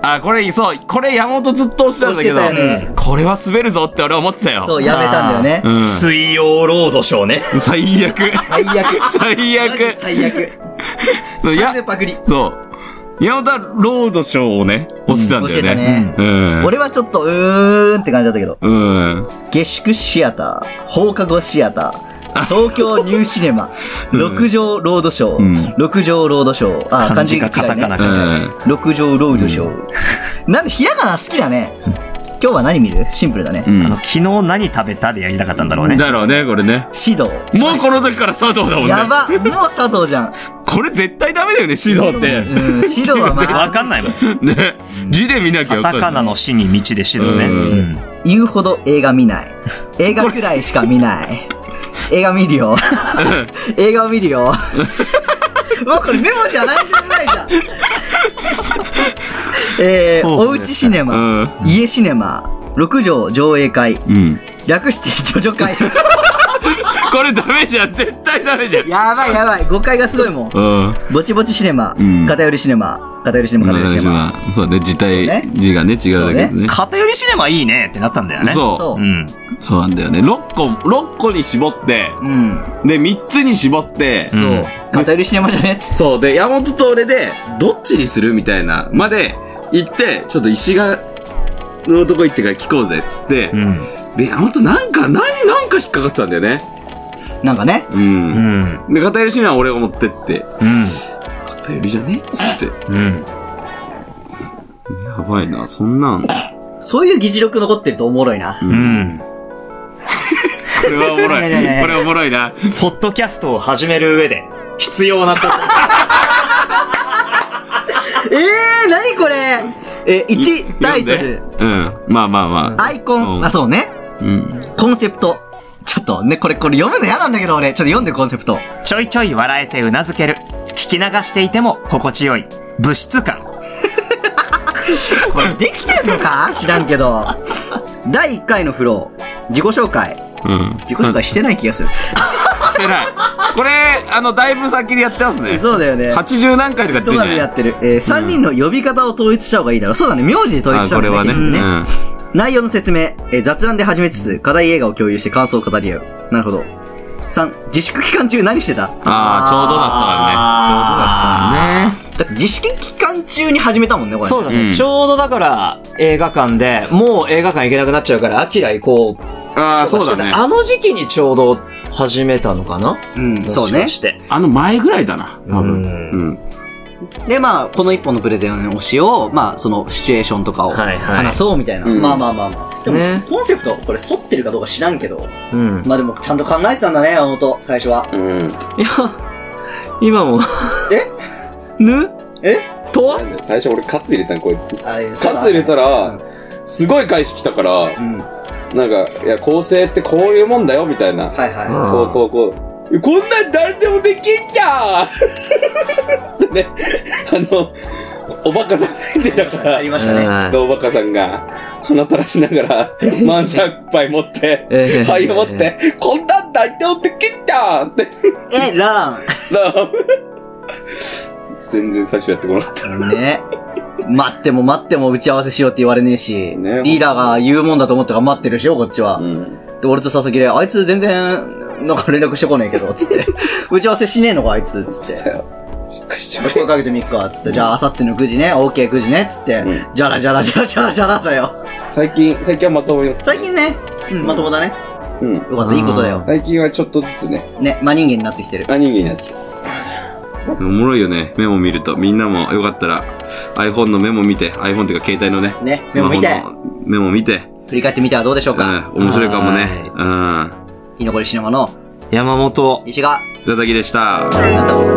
Speaker 1: あ、これ、そう、これ山本ずっと押してたんだけど、
Speaker 3: 押してたよね
Speaker 1: これは滑るぞって俺は思ってたよ。
Speaker 3: そう、やめたんだよね。
Speaker 1: うん。
Speaker 2: 水曜ロードショーね。
Speaker 1: 最悪。
Speaker 3: 最悪。
Speaker 1: 最
Speaker 3: マジで
Speaker 1: 悪。
Speaker 3: 最悪。
Speaker 1: そう、
Speaker 3: 完
Speaker 1: や
Speaker 3: 全、パクリ。
Speaker 1: そう。山本はロードショーをね、押したんだよ
Speaker 3: うん押して
Speaker 1: ね。
Speaker 3: た
Speaker 1: うん。
Speaker 3: 俺はちょっと、うーんって感じだったけど。
Speaker 1: うん。
Speaker 3: 下宿シアター、放課後シアター、東京ニューシネマ、六条ロードショ
Speaker 1: うん
Speaker 3: ー、六条ロードショー、あ、漢
Speaker 2: 漢
Speaker 3: 字
Speaker 2: 字
Speaker 3: が
Speaker 2: が
Speaker 3: 違う
Speaker 2: カタカ
Speaker 1: う
Speaker 2: ナ
Speaker 3: ね。
Speaker 1: ん。
Speaker 3: 六条ロードショー。なんで、ひらがな好きだね。今日は何見るシンプルだね
Speaker 1: う。ん。
Speaker 2: 昨日何食べたでやりたかっ
Speaker 1: [LAUGHS]
Speaker 2: たんだろうね。
Speaker 1: だろうね、これね。
Speaker 3: 指導。
Speaker 1: もうこの時から佐藤だもんね。
Speaker 3: やば、もう佐藤じゃん。
Speaker 1: これ絶対ダメだよね、指導って
Speaker 3: う。ん、指導はま
Speaker 2: わ
Speaker 3: あ、
Speaker 2: かんないもん。
Speaker 1: ね。字で見なきゃ
Speaker 2: カ
Speaker 1: よか
Speaker 2: タ
Speaker 1: った。
Speaker 2: カナの死に道で指導
Speaker 1: う
Speaker 2: ね。
Speaker 1: ん
Speaker 2: うん
Speaker 3: 言うほど映画見ない。映画くらいしか見ない。映画見るよ。映画を見るよ。もうこれメモじゃないんじゃないじゃん。えー、
Speaker 2: そう
Speaker 3: おうちシネ
Speaker 1: う
Speaker 3: マ、
Speaker 1: ん。
Speaker 3: 家シネマ、六条上映会、
Speaker 1: うん。
Speaker 3: 略してジョジョ会。
Speaker 1: これダメじゃん、絶対ダメじゃん。
Speaker 3: やばいやばい、誤解がすごいもん。
Speaker 1: うん。
Speaker 3: ぼちぼちシネマ
Speaker 1: うん、
Speaker 3: 偏りシネマ、偏りシネマ、偏りシネマ。
Speaker 1: そうだね、字
Speaker 3: そう
Speaker 1: 体
Speaker 3: ね、
Speaker 1: 字がね、違うだけでね。
Speaker 2: 偏りシネマいいねってなったんだよね。
Speaker 1: そう。
Speaker 3: そ
Speaker 2: うん。
Speaker 1: そうなんだよね。6個、6個に絞って、
Speaker 3: う。うん。
Speaker 1: で、3つに絞って、
Speaker 2: うん
Speaker 3: そう。偏りシネマじゃねえっつ。
Speaker 1: そう。で、山本と俺で、どっちにするみたいな、まで、行って、ちょっと石が、のとこ行ってから聞こうぜ、っつって。
Speaker 2: うん。
Speaker 1: で、山本なんか、何、なんか引っかかってたんだよね。 [LAUGHS]
Speaker 3: なんかね。
Speaker 1: う。
Speaker 2: うんん。
Speaker 1: で、片寄りシーンは俺が持ってって、
Speaker 2: うん。
Speaker 1: 片寄りじゃねっつって。
Speaker 2: うん。
Speaker 1: やばいな、そんなん。こ
Speaker 3: そういう議事録残ってるとおもろいな。
Speaker 2: [LAUGHS] うん。
Speaker 1: れはおもろい。こ
Speaker 3: いやいやいやいや
Speaker 1: れはおもろいな。
Speaker 2: [LAUGHS] ポッドキャストを始める上で、必要なこと。
Speaker 3: えー、なにこれえー、1、タイトル。
Speaker 1: 読んで。うん。まあまあまあ。
Speaker 3: アイコ
Speaker 1: う
Speaker 3: ン。
Speaker 1: ん
Speaker 3: あ、そうね。
Speaker 1: うん。
Speaker 3: コンセプト。ちょっとね、これ、これ読むの嫌なんだけど、俺。ちょっと読んで、コンセプト。
Speaker 2: ちょいちょい笑えてうなずける。聞き流していても心地よい。物質感。
Speaker 3: これ、できてんのか知らん
Speaker 1: [LAUGHS]
Speaker 3: けど。第1回のフロー。自己紹介。
Speaker 1: うん。
Speaker 3: 自己紹介してない気がする。
Speaker 1: してない。これ、あの、だいぶ先でやってますね。
Speaker 3: そうだよね。
Speaker 1: 80何回とかやって
Speaker 3: と
Speaker 1: んじゃ
Speaker 3: か
Speaker 1: な
Speaker 3: で
Speaker 1: い
Speaker 3: やってる。え3人の呼び方を統一した方がいいだろう。そうだね、名字で統一
Speaker 1: あ、
Speaker 3: した
Speaker 1: こ
Speaker 3: 方
Speaker 1: れ
Speaker 3: が
Speaker 1: はい
Speaker 3: い
Speaker 1: ね。
Speaker 3: だ
Speaker 1: う
Speaker 3: ろうね。
Speaker 1: ん。
Speaker 3: 内容の説明、えー雑談で始めつつ、課題映画を共有して感想を語り合う。なるほど。3、自粛期間中何してた
Speaker 1: ああ、ちょうどだったからね。ちょうどだったからね。
Speaker 3: だって自粛期間中に始めたもんね、これ。
Speaker 2: そう
Speaker 3: う。
Speaker 2: だね、
Speaker 1: うん
Speaker 2: ちょうどだから、映画館で、もう映画館行けなくなっちゃうから、アキラ行こうとか
Speaker 1: ああ、
Speaker 2: してた
Speaker 1: そうだね。
Speaker 2: あの時期にちょうど始めたのかな
Speaker 3: うん、そうね
Speaker 2: もしか。して。
Speaker 1: あの前ぐらいだな、多
Speaker 2: う
Speaker 1: 分。
Speaker 2: ん
Speaker 1: うん。
Speaker 3: で、まあ、この一本のプレゼンをしよう、まあ、そのシチュエーションとかを
Speaker 4: はいはい
Speaker 3: 話そうみたいな。
Speaker 1: うん
Speaker 4: まあまあまあまあ。で
Speaker 3: ね
Speaker 4: も、コンセプト、これ沿ってるかどうか知らんけど、
Speaker 3: うん。
Speaker 4: まあでも、ちゃんと考えてたんだね、山本、最初は。
Speaker 1: うん。
Speaker 3: いや、今も。
Speaker 4: え
Speaker 3: ぬ
Speaker 4: え
Speaker 3: と
Speaker 1: 最初俺カツ入れたんこいつ。
Speaker 4: あれ
Speaker 1: カツ入れたら、すごい返し来たから、
Speaker 4: うん。
Speaker 1: なんか、いや、構成ってこういうもんだよ、みたいな。
Speaker 4: はいはい。
Speaker 3: う
Speaker 1: こ
Speaker 3: ん
Speaker 1: う、こう、こう。えこんなん誰でもできんじゃん [LAUGHS] でね、あの、おバカさん入ってたから
Speaker 4: あり、ましたね。
Speaker 1: でおバカさんが鼻垂らしなが [LAUGHS] ら、マンシャンいっぱい持って、
Speaker 3: ええ
Speaker 1: 灰を持って、こんなん誰でもできんじゃんって、
Speaker 3: え、ラ
Speaker 1: なあ [LAUGHS] 全然最初やってこなかった。
Speaker 3: ンね。待っても待っても打ち合わせしようって言われねえし、
Speaker 1: ね
Speaker 3: リーダーが言うもんだと思ったから待ってるしよ、こっちは。
Speaker 1: うん。
Speaker 3: で、俺と佐々木で、あいつ全然、なんか連絡してこねえけど、つ
Speaker 1: [LAUGHS]
Speaker 3: って。打ち合わせしねえのか、あいつ、つって。
Speaker 1: びっくりしちゃう
Speaker 3: 声かけてみっか、つって。じゃあ、あさっての9時ね、OK9 時ね、つって
Speaker 1: うん。
Speaker 3: じゃらじゃらじゃらじゃらじゃらだよ。
Speaker 1: 最近、最近はまともよ。
Speaker 3: 最近ね、うん、まともだね。
Speaker 1: うん。
Speaker 3: よかった、いいことだよ。
Speaker 1: 最近はちょっとずつね、
Speaker 3: ね、真人間になってきてる。
Speaker 1: アニメになってきた。おもろいよね。メモ見ると。みんなもよかったら、iPhone のメモ見て、iPhone っていうか携帯のね
Speaker 3: ねメモ見てスマホ
Speaker 1: メモ見て、
Speaker 3: 振り返ってみてはどうでしょうか。はい
Speaker 1: うん。
Speaker 3: 居残りシネマの
Speaker 5: 山本、
Speaker 3: 西が、
Speaker 1: ザザキでした。
Speaker 3: あなたも